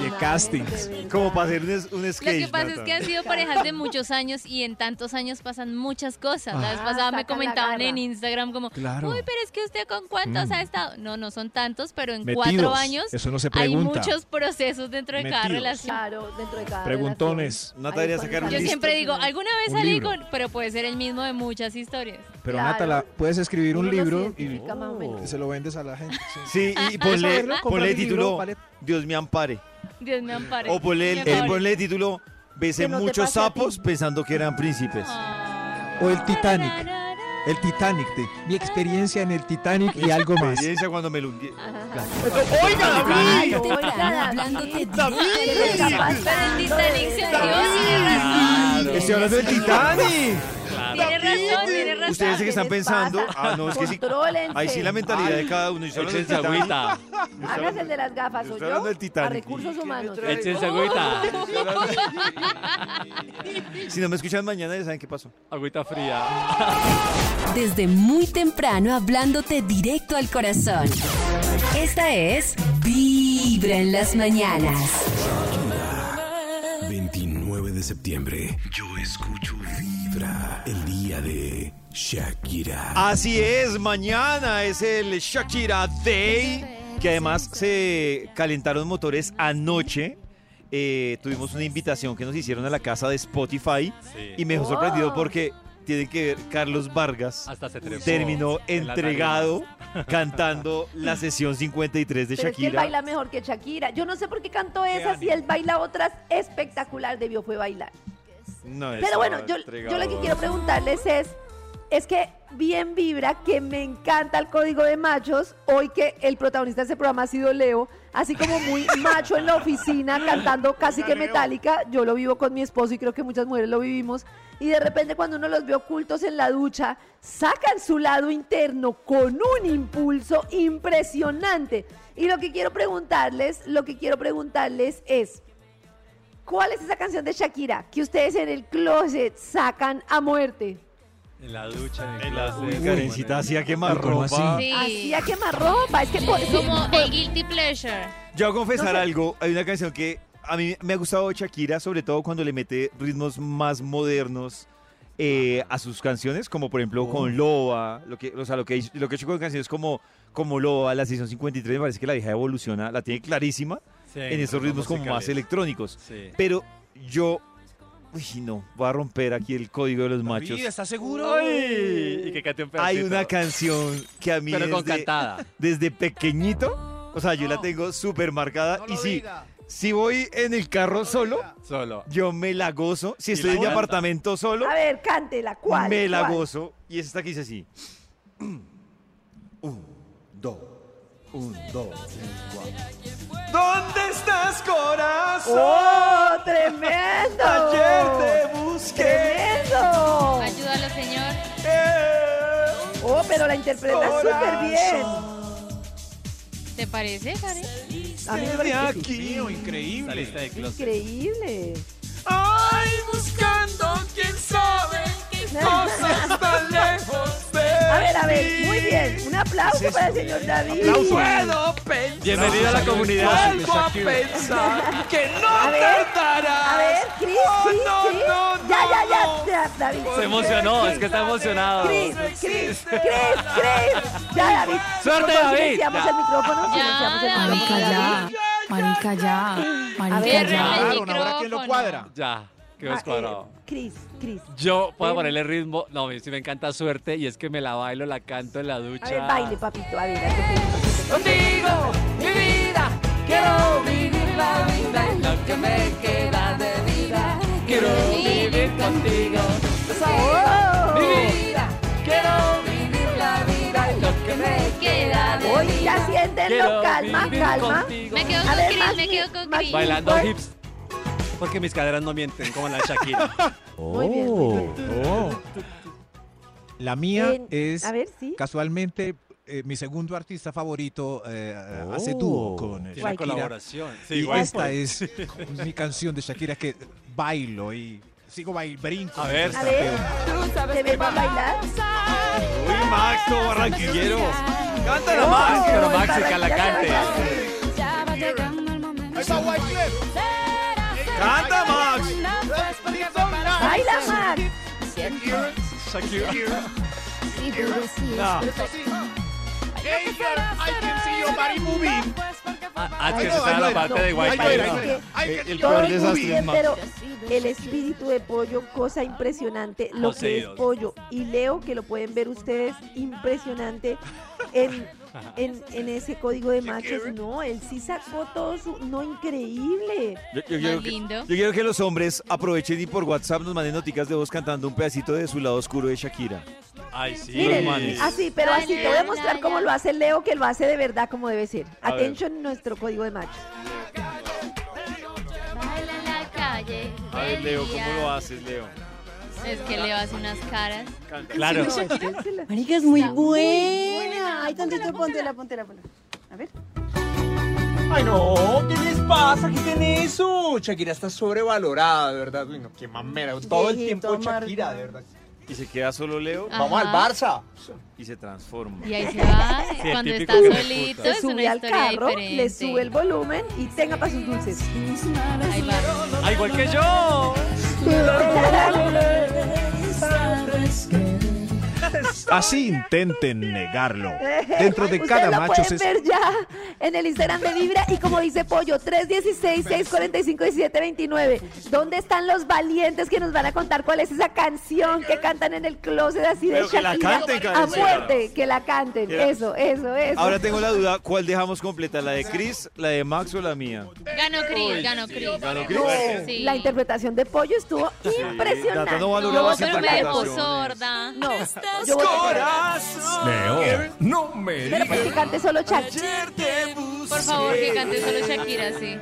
S7: Qué
S6: castings. Como para hacer un, un
S5: Lo que
S6: sketch.
S5: pasa es que
S6: Natalia.
S5: han sido parejas de muchos años y en tantos años pasan muchas cosas. La vez
S13: Ah,
S5: pasada
S13: sacan
S5: me
S13: la
S5: comentaban
S13: garra.
S5: en Instagram como,
S4: Claro.
S5: uy, pero es que usted con cuántos
S4: Mm.
S5: ha estado. No, no son tantos, pero en
S4: Metidos.
S5: cuatro años
S4: Eso no se
S5: hay
S4: pregunta.
S5: muchos procesos dentro de cada
S4: Metidos.
S5: relación.
S13: Claro, dentro de cada
S4: Preguntones.
S6: Natalia sacar
S5: Yo
S6: un
S5: siempre digo, alguna vez
S4: Un
S5: salí
S4: libro.
S5: con, pero puede ser el mismo de muchas historias.
S4: Pero
S5: Claro.
S4: Natalia, puedes escribir un
S5: Uno lo
S4: libro y
S5: identifica más o menos.
S4: se lo vendes a la gente.
S6: Sí, y ponle, ponle título Dios me ampare.
S5: Oh. Dios me ampare.
S6: O ponle, el,
S5: Me
S6: eh,
S5: ampare.
S6: ponle título Besé
S5: Que no te
S6: muchos
S5: pase a ti.
S6: sapos pensando que eran príncipes.
S5: Ah.
S15: O el Titanic. El Titanic, de, mi experiencia en el Titanic y algo más.
S6: Experiencia cuando me lo hundí.
S15: Oiga,
S6: David.
S9: Temprano hablándote
S5: Pero el Titanic se hundió, tiene razón.
S6: Estoy hablando del Titanic.
S5: Tiene razón, tiene razón.
S6: Ustedes que están pensando. Ah, no, es que sí.
S2: Contrólense.
S6: Ahí sí la mentalidad de cada uno. Y solo
S3: échense agüita.
S2: Hágase el de las gafas, ¿o
S6: Estoy hablando
S2: yo?
S6: del Titanic.
S2: A recursos humanos.
S3: Échense agüita.
S6: Si no me escuchan mañana, ya saben qué pasó.
S3: Agüita fría.
S9: Desde muy temprano hablándote directo al corazón. Esta es Vibra en las mañanas.
S18: 29 de septiembre. Yo escucho Vibra, el día de Shakira.
S6: Así es, mañana es el Shakira Day, que además se calentaron motores anoche. Eh, tuvimos una invitación que nos hicieron a la casa de Spotify
S3: Sí.
S6: y me dejó
S3: Oh.
S6: sorprendido porque tiene que ver Carlos Vargas
S3: Hasta se trepó
S6: terminó
S3: en la
S6: entregado cantando la sesión 53 de
S2: Pero es que él
S6: Shakira.
S2: baila mejor que Shakira. Yo no sé por qué cantó esas y él baila otras espectacular. Debió fue bailar.
S6: No,
S2: Pero bueno, yo, yo lo que quiero preguntarles es, es que bien vibra que me encanta el código de machos, hoy que el protagonista de este programa ha sido Leo, así como muy macho en la oficina, cantando casi que metálica, yo lo vivo con mi esposo y creo que muchas mujeres lo vivimos, y de repente cuando uno los ve ocultos en la ducha, sacan su lado interno con un impulso impresionante. Y lo que quiero preguntarles, lo que quiero preguntarles es... ¿Cuál es esa canción de Shakira que ustedes en el closet sacan a muerte?
S3: En la ducha.
S6: En la Uy, Karencita hacía quemarropa.
S5: Sí.
S2: Hacía quemarropa, es que pues, por-
S5: Como el guilty pleasure.
S6: Yo voy a confesar
S5: No sé.
S6: algo. Hay una canción que a mí me ha gustado de Shakira, sobre todo cuando le mete ritmos más modernos eh, a sus canciones, como por ejemplo
S3: Oh.
S6: con Loba. Lo que, o sea, lo que, hizo- lo que he hecho con canciones como, como Loba, la sesión 53, me parece que la vieja evoluciona, la tiene clarísima
S3: Sí,
S6: en esos ritmos como más
S3: musicales.
S6: electrónicos.
S3: Sí.
S6: Pero yo. Uy, no, voy a romper aquí el código de los machos.
S15: ¿Estás seguro?
S3: Ay, y que cante un pedacito.
S6: Hay una canción que a mí
S3: Pero con
S6: desde,
S3: cantada.
S6: desde pequeñito, o sea, yo la tengo súper marcada y sí, si voy en el carro solo,
S3: Solo.
S6: yo me la gozo. Si
S3: Y
S6: estoy
S3: la
S6: en mi
S3: canta.
S6: apartamento solo,
S2: A ver, cántela, ¿cuál?
S6: me la
S2: ¿Cuál?
S6: gozo. Y es esta que dice así. Un, dos, un, dos, ¿Dónde estás, corazón?
S2: ¡Oh, tremendo!
S6: Ayer te busqué.
S2: ¡Tremendo!
S5: Ayúdalo, señor.
S2: ¡Oh, pero la interpretas súper bien!
S5: ¿Te parece, Karen?
S2: A mí me
S6: Desde
S2: parece que sí.
S6: aquí.
S3: Increíble. de closet.
S2: Increíble.
S6: Ay, buscando quién sabe qué cosas tan lejos de
S2: A ver, a ver, muy bien. Un aplauso
S6: ¿Qué es
S2: para el
S6: esto?
S2: señor David.
S6: Aplauso. Puedo pensar.
S3: Bienvenida a la comunidad.
S6: Vuelvo a pensar que no
S2: A ver,
S6: tardarás.
S2: a ver, Cris,
S6: Oh,
S2: Cris,
S6: no,
S2: Cris.
S6: no,
S2: Ya,
S6: no,
S2: ya,
S6: no.
S2: ya, ya, David.
S3: Se emocionó, es que está emocionado.
S2: Cris, Cris, Cris, Cris. Ya, David.
S3: Suerte,
S2: Por favor,
S3: David.
S2: Silenciamos
S3: Ya.
S2: el micrófono, silenciamos el
S13: Marica
S2: micrófono.
S13: ya, marica ya, marica
S2: ver,
S13: ya.
S2: René.
S15: Ahora quién lo cuadra.
S3: Ya, quedó
S2: Ah, eh,
S3: cuadrado.
S2: Cris, Cris.
S3: Yo puedo
S2: Ven.
S3: ponerle ritmo. No, a mí sí me encanta suerte y es que me la bailo, la canto en la
S2: A ver,
S3: ducha.
S2: baile, papito, a ver. a ver.
S13: Contigo, mi vida, quiero vivir la vida y lo que me queda de vida.
S3: Quiero vivir contigo.
S2: ¡Oh!
S13: Quiero vivir la vida y lo que me queda de
S2: Oye,
S13: vida.
S2: ya siéntenlo,
S3: Quiero
S2: calma,
S3: vivir
S2: calma.
S3: contigo.
S5: Me quedo
S2: A
S5: con
S2: ver,
S5: Chris,
S2: más
S5: me
S2: mi-
S5: quedo con
S2: más
S5: Chris.
S2: mi-
S3: Bailando
S2: Pues-
S3: hips. Porque mis caderas no mienten como la de Shakira.
S2: Muy bien.
S4: Oh. La mía
S2: En-
S4: es
S2: a ver, sí.
S4: casualmente eh, mi segundo artista favorito eh, hace
S15: Oh.
S4: dúo con eh,
S3: Tiene una
S4: Shakira.
S3: colaboración. Sí,
S4: y
S3: igual.
S4: esta es mi canción de Shakira que bailo y Sigo bail, brinco.
S3: A ver.
S2: A ver, ¿te ven para bailar?
S3: Uy, Max, todo barranquillero. Cántala, Max. Pero Max, que la cante. Canta, Max.
S2: ¡Baila, Max!
S3: Shakira.
S14: No.
S3: No.
S14: Hey girl, I can see your body moving.
S3: Ah, es que se está la parte de
S14: Ay,
S3: Wi-Fi.
S14: no, ay, no, ay, no.
S3: El- El
S2: Todo
S3: peor
S2: es muy
S3: desastre es
S2: bien,
S3: Max.
S2: pero el espíritu de pollo, cosa impresionante, lo que es
S3: Poseídos.
S2: pollo. Y Leo, que lo pueden ver ustedes, impresionante en, en, en ese código de machos. No, él sí sacó todo su... No, increíble.
S6: Yo, yo quiero que,
S2: lindo.
S6: yo quiero que los hombres aprovechen y por WhatsApp nos manden noticas de voz cantando un pedacito de su lado oscuro de Shakira.
S3: Oh. Ay, sí.
S6: Los
S2: Miren,
S6: manes.
S2: así, pero así te voy a mostrar cómo lo hace Leo, que lo hace de verdad como debe ser.
S6: A ver.
S2: Atención, nuestro código de machos.
S5: Baila en la calle.
S3: A ver, Leo, ¿cómo lo haces, Leo?
S5: Es que le hace unas caras.
S3: Claro.
S19: Marica, es muy
S5: Está muy
S19: buena. Ay, tantito, póntela, póntela, póntela. A ver.
S20: Ay, no, ¿qué les pasa? ¿Qué tiene eso? Shakira está sobrevalorada, de verdad. Uy, no, qué mamera. Todo el tiempo Shakira, de verdad.
S6: Y se queda solo Leo.
S20: Ajá. Vamos al Barça.
S6: Y se transforma.
S5: Y ahí se va.
S6: Sí, el
S5: Cuando está
S6: típico que se
S5: solito,
S6: puta.
S5: es una
S2: Sube al
S5: historia
S2: carro,
S5: diferente.
S2: le sube el volumen y tenga para sus dulces.
S3: Ah, igual que yo.
S4: Así intenten negarlo. Dentro de
S2: Eh, Ustedes
S4: cada
S2: lo
S4: macho
S2: pueden
S4: se...
S2: ver ya en el Instagram de Vibra y como dice Pollo, 316-645-1729. ¿Dónde están los valientes que nos van a contar cuál es esa canción que cantan en el closet así de
S6: Pero que la
S2: Shakira?
S6: canten,
S2: a
S6: Karencita.
S2: muerte, que la canten.
S6: Que la-
S2: Eso, eso, eso.
S6: Ahora tengo la duda, ¿cuál dejamos completa? ¿La de Chris, la de Max o la mía?
S5: Ganó Chris, ganó Chris.
S6: Ganó Chris.
S2: No,
S5: Sí.
S2: La interpretación de Pollo estuvo impresionante.
S6: Data no valoró
S2: Yo
S6: las
S2: voy a
S5: Pero me dejó
S6: interpretaciones.
S5: sorda.
S2: No, yo voy a
S18: Leo, no me
S2: Pero pues que
S18: digas.
S2: cante solo Shakira.
S5: Por favor, que cante solo Shakira, sí.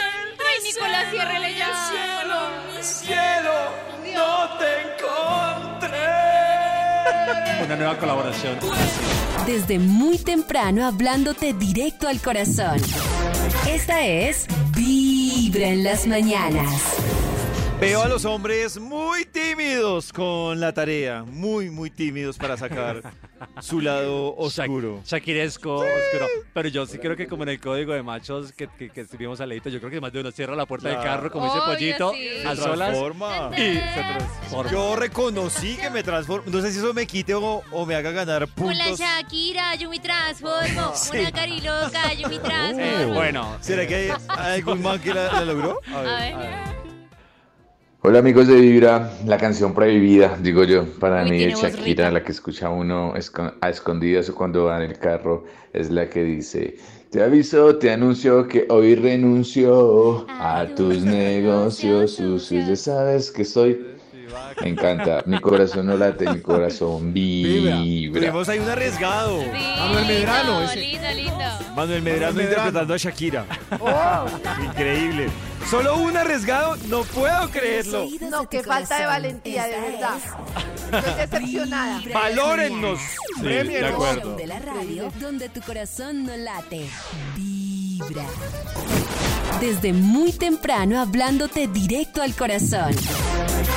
S5: Ay, Nicolás, ciérrele ya.
S14: Cielo, mi cielo, no te encontré.
S3: Una nueva colaboración.
S9: Desde muy temprano hablándote directo al corazón. Esta es Vibra en las mañanas.
S6: Veo a los hombres muy tímidos con la tarea, muy, muy tímidos para sacar su lado oscuro.
S3: Shakiresco, oscuro. Pero yo sí creo que como en el código de machos que, que, que estuvimos a leíto, yo creo que más de uno cierra la puerta del
S6: Claro.
S3: carro, como dice
S6: Obvio,
S3: Pollito,
S6: sí.
S3: a
S6: Se
S3: solas.
S6: transforma.
S3: Y se transforma.
S6: Yo reconocí que me transformo. No sé si eso me quite o, o me haga ganar
S5: Hola
S6: puntos.
S5: Shakira, yo me transformo.
S6: Sí.
S5: Una cariloca, yo me
S6: Eh,
S5: transformo.
S3: bueno.
S6: ¿Será que hay algún man que la, la logró? A ver.
S21: Hola amigos de Vibra, la canción prohibida, digo yo, para
S5: Uy,
S21: mí
S5: tiene
S21: es
S5: voz rica.
S21: Shakira, la que escucha uno escon- a escondidas o cuando va en el carro, es la que dice, te aviso, te anuncio que hoy renuncio a tus negocios sucios, ya sabes que soy... Me encanta, mi corazón no late, mi corazón vibra.
S6: Tuvimos ahí un arriesgado.
S5: Manuel
S6: Medrano, ese.
S5: Lindo, lindo.
S6: Manuel Medrano Oh.
S3: Medrano.
S6: interpretando a Shakira. Increíble. Solo un arriesgado, no puedo creerlo.
S2: No, qué falta de valentía, de verdad. Estoy decepcionada.
S6: Valórennos.
S3: Sí, de acuerdo.
S9: De la radio, donde tu corazón no late. Vibra. Desde muy temprano hablándote directo al corazón.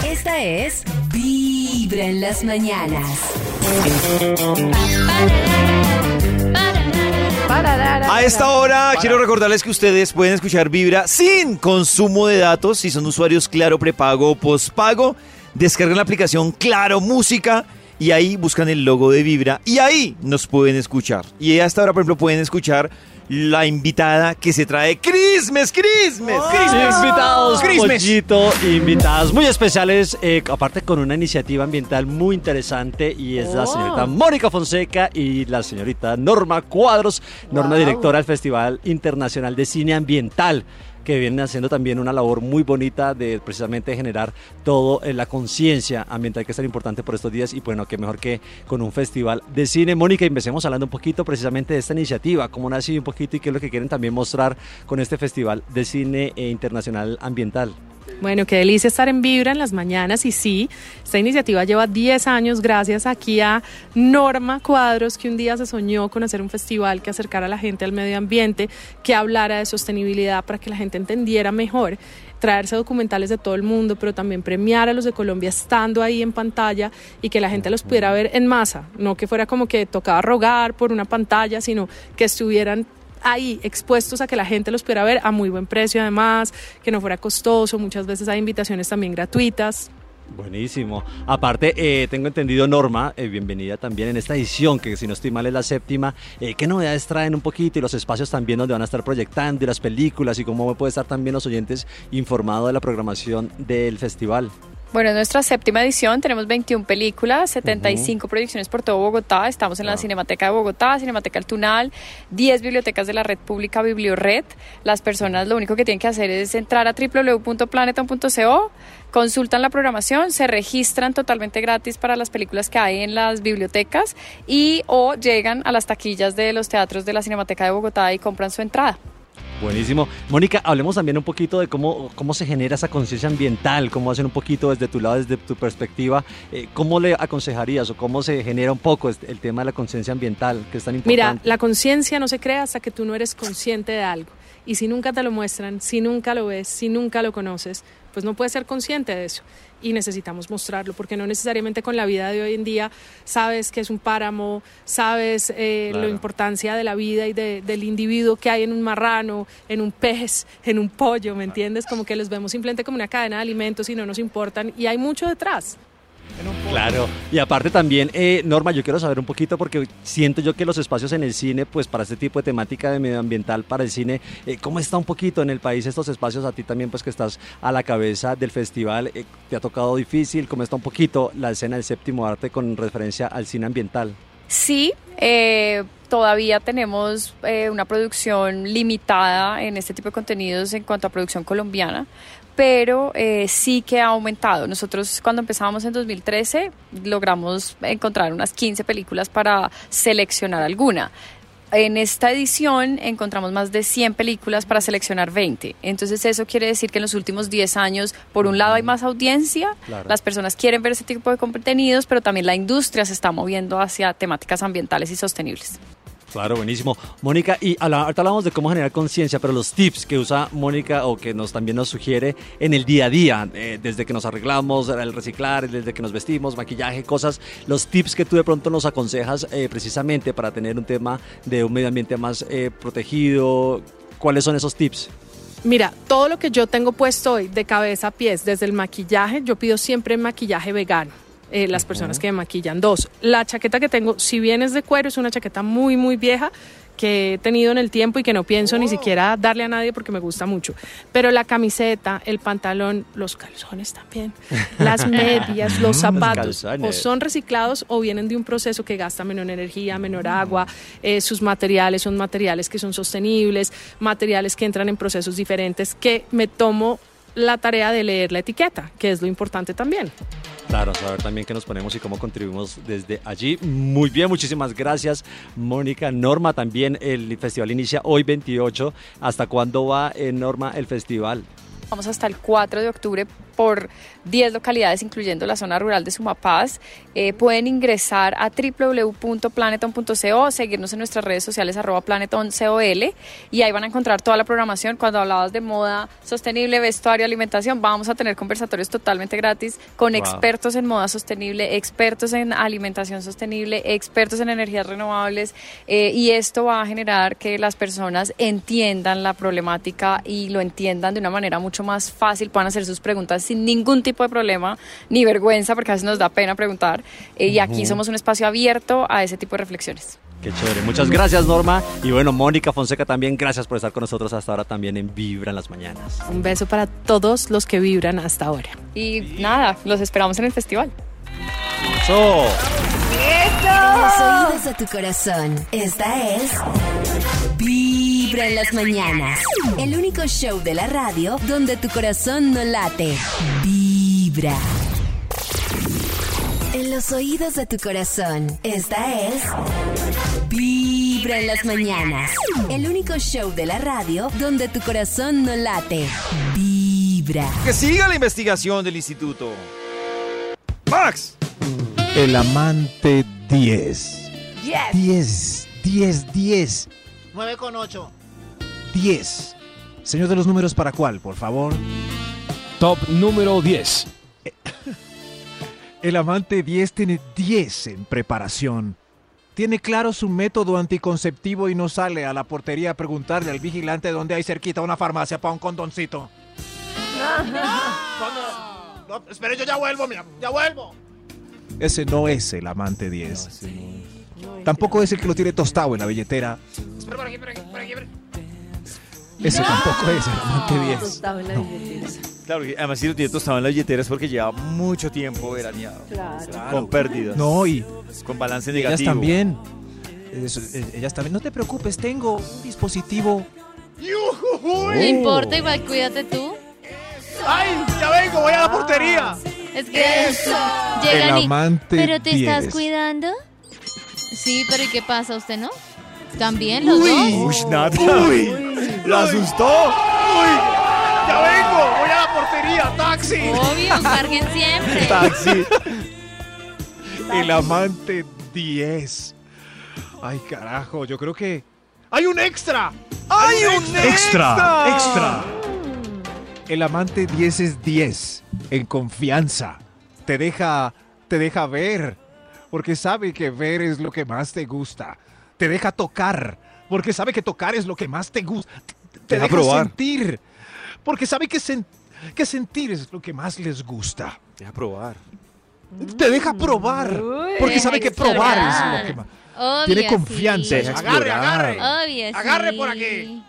S9: Esta es Vibra en las mañanas.
S6: A esta hora quiero recordarles que ustedes pueden escuchar Vibra sin consumo de datos si son usuarios Claro prepago o postpago. Descargan la aplicación Claro Música y ahí buscan el logo de Vibra y ahí nos pueden escuchar. Y hasta ahora, por ejemplo, pueden escuchar la invitada que se trae Crismes, Crismes, Crismes.
S3: Oh. Invitados,
S6: Crismes.
S3: Pollito, invitadas muy especiales, eh, aparte con una iniciativa ambiental muy interesante y es la
S22: Oh.
S3: señorita Mónica Fonseca y la señorita Norma Cuadros, Norma directora del Festival Internacional de Cine Ambiental que vienen haciendo también una labor muy bonita de precisamente generar todo eh, la conciencia ambiental que es tan importante por estos días y bueno, qué mejor que con un festival de cine. Mónica, empecemos hablando un poquito precisamente de esta iniciativa, cómo nació un poquito y qué es lo que quieren también mostrar con este festival de cine eh, internacional ambiental.
S8: Bueno, qué delicia estar en Vibra en las mañanas y sí, esta iniciativa lleva 10 años gracias aquí a Norma Cuadros, que un día se soñó con hacer un festival que acercara a la gente al medio ambiente, que hablara de sostenibilidad para que la gente entendiera mejor traerse documentales de todo el mundo, pero también premiar a los de Colombia estando ahí en pantalla y que la gente los pudiera ver en masa, no que fuera como que tocaba rogar por una pantalla, sino que estuvieran ahí expuestos a que la gente los pudiera ver a muy buen precio además, que no fuera costoso, muchas veces hay invitaciones también gratuitas.
S3: Buenísimo. Aparte, eh, tengo entendido, Norma, eh, bienvenida también en esta edición, que si no estoy mal es la séptima. Eh, ¿Qué novedades traen un poquito y los espacios también donde van a estar proyectando y las películas y cómo puede estar también los oyentes informados de la programación del festival?
S22: Bueno, es nuestra séptima edición, tenemos 21 películas, 75 proyecciones por todo Bogotá, estamos en la Cinemateca de Bogotá, Cinemateca El Tunal, 10 bibliotecas de la red pública Bibliored. Las personas lo único que tienen que hacer es entrar a www.planeton.co, consultan la programación, se registran totalmente gratis para las películas que hay en las bibliotecas y o llegan a las taquillas de los teatros de la Cinemateca de Bogotá y compran su entrada.
S3: Buenísimo. Mónica, hablemos también un poquito de cómo, cómo se genera esa conciencia ambiental, cómo hacen un poquito desde tu lado, desde tu perspectiva, eh, cómo le aconsejarías o cómo se genera un poco este- el tema de la conciencia ambiental, que es tan importante.
S8: Mira, la conciencia no se crea hasta que tú no eres consciente de algo. Y si nunca te lo muestran, si nunca lo ves, si nunca lo conoces, pues no puedes ser consciente de eso. Y necesitamos mostrarlo, porque no necesariamente con la vida de hoy en día sabes que es un páramo, sabes eh,
S23: Claro.
S8: la importancia de la vida y de- del individuo que hay en un marrano, en un pez, en un pollo, ¿me entiendes? Como que los vemos simplemente como una cadena de alimentos y no nos importan. Y hay mucho detrás.
S3: Claro, y aparte también, eh, Norma, yo quiero saber un poquito porque siento yo que los espacios en el cine, pues para este tipo de temática de medioambiental, para el cine, eh, ¿cómo está un poquito en el país estos espacios? A ti también, pues que estás a la cabeza del festival, eh, ¿te ha tocado difícil? ¿Cómo está un poquito la escena del séptimo arte con referencia al cine ambiental?
S22: Sí, eh, todavía tenemos eh, una producción limitada en este tipo de contenidos en cuanto a producción colombiana, pero eh, sí que ha aumentado. Nosotros cuando empezamos en 2013 logramos encontrar unas 15 películas para seleccionar alguna. En esta edición encontramos más de 100 películas para seleccionar 20. Entonces eso quiere decir que en los últimos 10 años, por un lado hay más audiencia,
S24: Claro.
S22: las personas quieren ver ese tipo de contenidos, pero también la industria se está moviendo hacia temáticas ambientales y sostenibles.
S3: Claro, buenísimo. Mónica, y habla- ahorita hablamos de cómo generar conciencia, pero los tips que usa Mónica o que nos también nos sugiere en el día a día, eh, desde que nos arreglamos, el reciclar, desde que nos vestimos, maquillaje, cosas, los tips que tú de pronto nos aconsejas eh, precisamente para tener un tema de un medio ambiente más eh, protegido, ¿cuáles son esos tips?
S8: Mira, todo lo que yo tengo puesto hoy de cabeza a pies, desde el maquillaje, yo pido siempre maquillaje vegano. eh, las personas que me maquillan. Dos, la chaqueta que tengo, si bien es de cuero, es una chaqueta muy, muy vieja que he tenido en el tiempo y que no pienso ni siquiera darle a nadie porque me gusta mucho. Pero la camiseta, el pantalón, los calzones también, las medias, los
S3: Mm,
S8: zapatos, o
S3: calzones.
S8: son reciclados o vienen de un proceso que gasta menor energía, menor agua, eh, sus materiales son materiales que son sostenibles, materiales que entran en procesos diferentes, que me tomo la tarea de leer la etiqueta, que es lo importante también.
S3: Claro, saber también qué nos ponemos y cómo contribuimos desde allí. Muy bien, muchísimas gracias, Mónica. Norma, también el festival inicia hoy 28. ¿Hasta cuándo va, eh, Norma, el festival?
S22: Vamos hasta el 4 de octubre por 10 localidades, incluyendo la zona rural de Sumapaz. Eh, pueden ingresar a www.planeton.co, seguirnos en nuestras redes sociales arroba planeton.col y ahí van a encontrar toda la programación. Cuando hablabas de moda sostenible, vestuario, alimentación, vamos a tener conversatorios totalmente gratis con
S25: Wow.
S22: expertos en moda sostenible, expertos en alimentación sostenible, expertos en energías renovables eh, y esto va a generar que las personas entiendan la problemática y lo entiendan de una manera mucho más fácil, puedan hacer sus preguntas sin ningún tipo de problema ni vergüenza porque a veces nos da pena preguntar eh, y aquí
S3: Ujú.
S22: somos un espacio abierto a ese tipo de reflexiones.
S3: Qué chévere. Muchas gracias, Norma. Y bueno, Mónica Fonseca también, gracias por estar con nosotros hasta ahora también en Vibra en las mañanas.
S8: Un beso para todos los que vibran hasta ahora.
S22: Y nada, los esperamos en el festival.
S3: So,
S9: De los oídos a tu corazón. Esta es Vibra en las mañanas. El único show de la radio donde tu corazón no late. Vibra. En los oídos de tu corazón. Esta es Vibra en las mañanas. El único show de la radio donde tu corazón no late. Vibra. Vibra.
S6: Que siga la investigación del instituto. Max.
S4: El amante 10.
S7: 10.
S4: 10, 10, 10,
S7: 9 con 8.
S4: 10. Señor de los números, ¿para cuál, por favor?
S1: Top número 10.
S4: El amante 10 tiene 10 en preparación. Tiene claro su método anticonceptivo y no sale a la portería a preguntarle al vigilante dónde hay cerquita una farmacia para un condoncito.
S7: No, no, no, espere, yo ya vuelvo, mira, ya vuelvo.
S4: Ese no es el amante 10. Tampoco es el que lo tiene tostado en la billetera.
S7: Espera, por aquí, por aquí, por aquí. por aquí.
S4: Ese tampoco es el amante 10.
S2: Tostado en la billetera.
S6: Claro, y además si lo tiene tostado en la billetera es porque lleva mucho tiempo veraneado.
S2: Claro.
S6: Con pérdidas.
S4: No, y
S6: Con balance
S4: ellas
S6: negativo.
S4: también. Eso, eh, ellas también. No te preocupes, tengo un dispositivo.
S10: No importa, igual cuídate tú. Ah,
S7: ¡Ay! ¡Ya vengo! ¡Voy a la portería!
S10: Es que
S7: Eso.
S10: llegan
S4: Oh, El amante
S10: y. ¿Pero te estás
S4: 10.
S10: cuidando? Sí, pero ¿y qué pasa? ¿Usted no? ¿También los dos?
S6: Uy, Nata. Uy. La asustó.
S7: ¡Ya vengo! ¡Voy a la portería! ¡Taxi!
S10: Obvio, carguen siempre.
S4: Taxi. El amante 10. Ay, carajo, yo creo que.
S7: ¡Hay un extra!
S6: ¡Hay un
S4: ¡Extra! ¡Extra! El amante 10 es 10. En confianza. Te deja. Te deja ver. Porque sabe que ver es lo que más te gusta. Te deja tocar. Porque sabe que tocar es lo que más te gusta. Te,
S6: Deja probar.
S4: sentir. Porque sabe que, sen- que sentir es lo que más les gusta.
S6: Deja probar.
S4: Te deja probar. Porque
S10: Deja
S4: sabe que
S10: explorar.
S4: probar es lo que más.
S10: Obvio,
S4: Tiene
S10: sí.
S4: confianza.
S6: Deja
S7: Agarre,
S6: explorar.
S7: agarre.
S10: Obvio, sí.
S7: Agarre por aquí.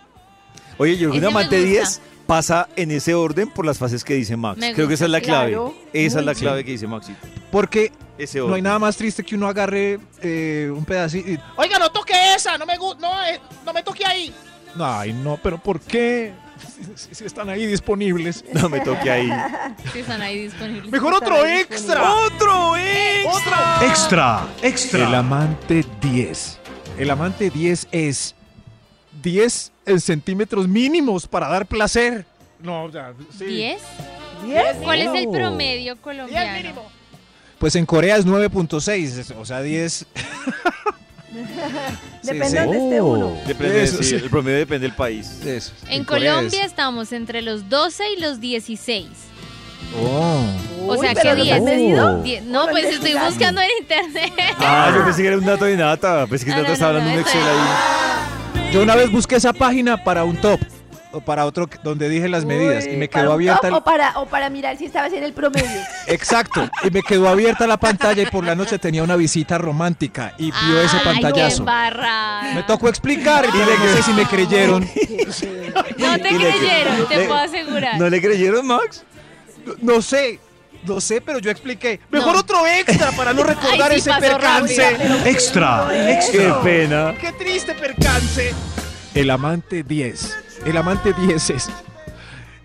S6: Oye, yo creo que
S10: Ese
S6: un
S10: me
S6: amante
S10: gusta.
S6: 10 pasa en ese orden por las fases que dice Max.
S10: Me
S6: Creo
S10: gusta,
S6: que esa es la clave.
S10: claro.
S6: Esa es la
S4: Muy
S6: clave que dice Maxi.
S4: Porque
S6: Ese
S4: no
S6: orden.
S4: hay nada más triste que uno agarre eh, un pedacito. y-
S7: Oiga, no toque esa. No me gusta. No, eh, no me toque ahí.
S4: Ay, no, pero ¿por qué? Si, si están ahí disponibles.
S6: No me toque ahí.
S10: Sí, están ahí disponibles.
S7: Mejor otro extra.
S6: ¡Otro extra!
S4: Extra, extra. El amante 10. El amante 10 es 10 en centímetros mínimos para dar placer. No, ya, sí.
S10: ¿Diez?
S2: ¿Diez?
S10: ¿Cuál es el
S4: Oh.
S10: promedio colombiano?
S4: Pues en Corea es 9.6, o sea, 10.
S2: Depende
S4: sí.
S2: de donde esté uno.
S6: Oh. Depende,
S4: Eso,
S6: sí,
S4: sí.
S6: El promedio depende del país.
S4: Eso.
S10: En
S4: Corea
S10: Colombia estamos entre los 12 y los 16.
S4: es- Oh.
S10: O sea,
S2: pero
S10: que
S2: ¿los
S10: 10.
S2: han medido?
S10: Die- No, pues estoy buscando en internet.
S6: Ah, yo pensé que era un dato de Nata. Pensé que
S10: Ah, No,
S6: Nata
S10: no,
S6: estaba
S10: no,
S6: hablando de un
S10: eso
S6: Excel ahí.
S4: Yo una vez busqué esa página para un top o para otro que- donde dije las medidas y me
S2: ¿Para
S4: quedó
S2: un
S4: abierta
S2: top
S4: el-
S2: o, para, o para mirar si estabas en el promedio.
S4: exacto y me quedó abierta la pantalla y por la noche tenía una visita romántica y vio ese
S10: Ay, qué
S4: pantallazo.
S10: embarrada.
S4: Me tocó explicar, pero no sé si me creyeron.
S10: No te
S6: Y le-
S10: creyeron, te
S6: le-
S10: puedo asegurar.
S6: ¿No le creyeron, Max?
S4: No sé, no sé, pero yo expliqué. Mejor otro extra para no recordar
S10: Ay, sí
S4: ese
S10: pasó
S4: percance.
S10: rápido,
S4: Extra,
S6: Qué pena.
S7: ¡Qué triste percance!
S4: El amante 10. El amante 10 es.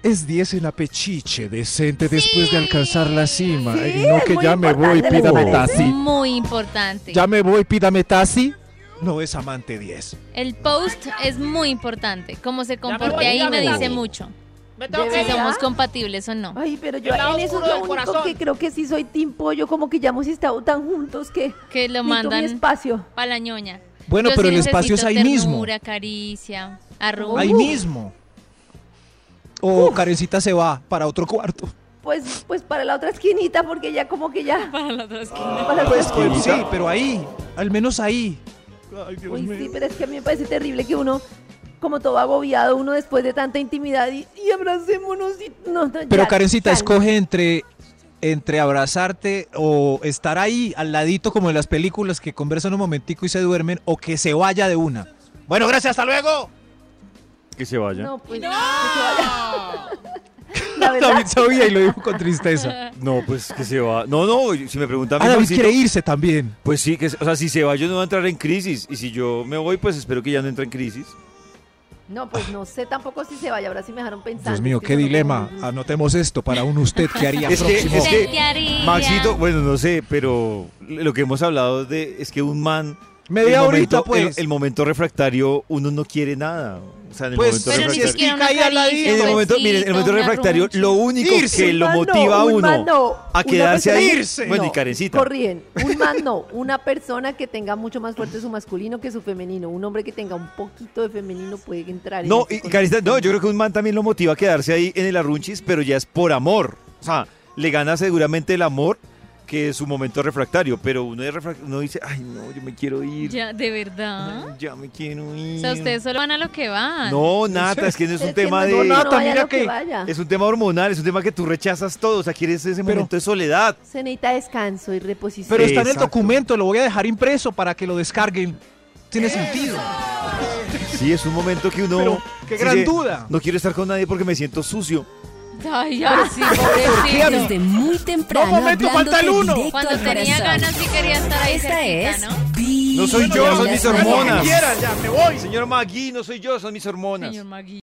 S4: Es 10 en apechiche, decente después de alcanzar la cima.
S2: Sí,
S4: y no
S2: es
S4: que
S2: muy
S4: ya me voy,
S2: importante, me
S4: pídame
S2: parece.
S4: taxi.
S10: Muy importante.
S4: Ya me voy, pídame taxi. No es amante 10.
S10: El post es muy importante. Cómo se
S7: voy,
S10: comporte
S7: ya
S10: ahí
S7: me
S10: me
S7: voy.
S10: dice mucho.
S7: Me tengo que
S10: Si
S2: ¿Verdad?
S7: ir.
S10: somos compatibles o no.
S2: ¿Ah? Ay, pero yo
S7: El lado
S2: en eso es
S7: oscuro
S2: lo
S7: del
S2: único
S7: corazón.
S2: que creo que sí soy Tim Pollo, como que ya hemos estado tan juntos que
S10: Que lo
S2: necesito mi
S10: mandan
S2: espacio.
S10: para la ñoña.
S4: Bueno,
S10: Yo
S4: pero
S10: sí
S4: el espacio es
S10: necesito
S4: ahí mismo.
S10: ternura, caricia, arrugas.
S2: Uh.
S4: Ahí mismo. O Karencita se va para otro cuarto.
S2: Pues, pues para la otra esquinita, porque ya como que ya.
S10: Para la otra esquina.
S2: Para la
S4: Pues,
S2: otra
S4: pues, sí, pero ahí. Al menos ahí.
S2: Uy, sí, pero es que a mí me parece terrible que uno, como todo agobiado, uno después de tanta intimidad y, y abracémonos y no, no,
S4: Pero
S2: ya,
S4: Karencita,
S2: ya.
S4: escoge entre, entre abrazarte o estar ahí al ladito como en las películas que conversan un momentico y se duermen o que se vaya de una. Bueno, gracias, hasta luego.
S6: Que se vaya.
S2: No, pues. que se vaya. La verdad,
S4: David sabía y lo dijo con tristeza.
S6: No, pues que se va. No, no, si me preguntan
S4: Ah, David quiere irse también.
S6: Pues sí, que, se- o sea, si se va yo no voy a entrar en crisis. Y si yo me voy, pues espero que ya no entre en crisis.
S2: no, pues no sé tampoco si se vaya, ahora sí me dejaron pensando.
S4: Dios mío,
S2: que
S4: qué
S2: eso no-
S4: dilema. Anotemos esto para un usted que haría
S6: Es que-
S4: próximo.
S6: es que-
S10: ¿Qué haría?
S6: Maxito, bueno, no sé, pero lo que hemos hablado de es que un man
S15: Media
S6: el
S15: horita,
S6: momento- el-
S15: pues.
S6: El, momento refractario, uno no quiere nada. O sea, en el
S15: Pues,
S6: momento
S15: pero ni
S6: refractario.
S15: siquiera una caricia,
S6: En el momento, miren, en el momento
S15: una
S6: refractario,
S15: rumba.
S6: lo único
S15: Irse.
S6: que lo
S2: Un man no,
S6: motiva a
S2: un
S6: uno
S2: man no,
S6: a
S2: una
S6: quedarse
S2: persona-
S6: ahí.
S2: Irse.
S6: Bueno, y
S2: No,
S6: Karencita.
S2: Corríen. Un man no, una persona que tenga mucho más fuerte su masculino que su femenino. Un hombre que tenga un poquito de femenino puede entrar en este
S6: No,
S2: ese
S6: y Karencita, no, yo creo que un man también lo motiva a quedarse ahí en el arrunchis, pero ya es por amor. O sea, le gana seguramente el amor que su momento refractario, pero uno, es refrac- uno dice, ay, no, yo me quiero ir.
S5: Ya, de verdad.
S6: Ya me quiero
S5: O
S6: ir.
S5: sea, ustedes solo van a lo que van.
S6: No, Nata, es que no es un tema de. Es un tema hormonal, es un tema que tú rechazas todo. O sea, quieres ese momento de soledad.
S2: Se necesita descanso y reposición.
S15: Pero está en el
S6: Exacto.
S15: documento, lo voy a dejar impreso para que lo descarguen.
S2: Eh,
S15: Tiene sentido.
S6: Sí, es un momento que uno.
S15: Pero, qué
S6: dice,
S15: gran duda.
S6: No quiero estar con nadie porque me siento sucio.
S5: Ay, ay, sí, pobrecito.
S9: Desde muy temprano
S5: No, momento,
S9: hablándote
S5: falta el uno.
S9: directo
S5: Cuando
S9: al
S5: tenía
S9: corazón.
S5: ganas sí quería estar ahí
S9: Esta
S5: cerquita,
S9: es
S5: ¿no?
S9: Vibra
S6: No soy
S9: en
S6: yo, son
S9: las
S6: mis hormonas.
S9: mañanas.
S6: me voy. Señor Magui, no soy yo, son mis hormonas.
S5: Magui.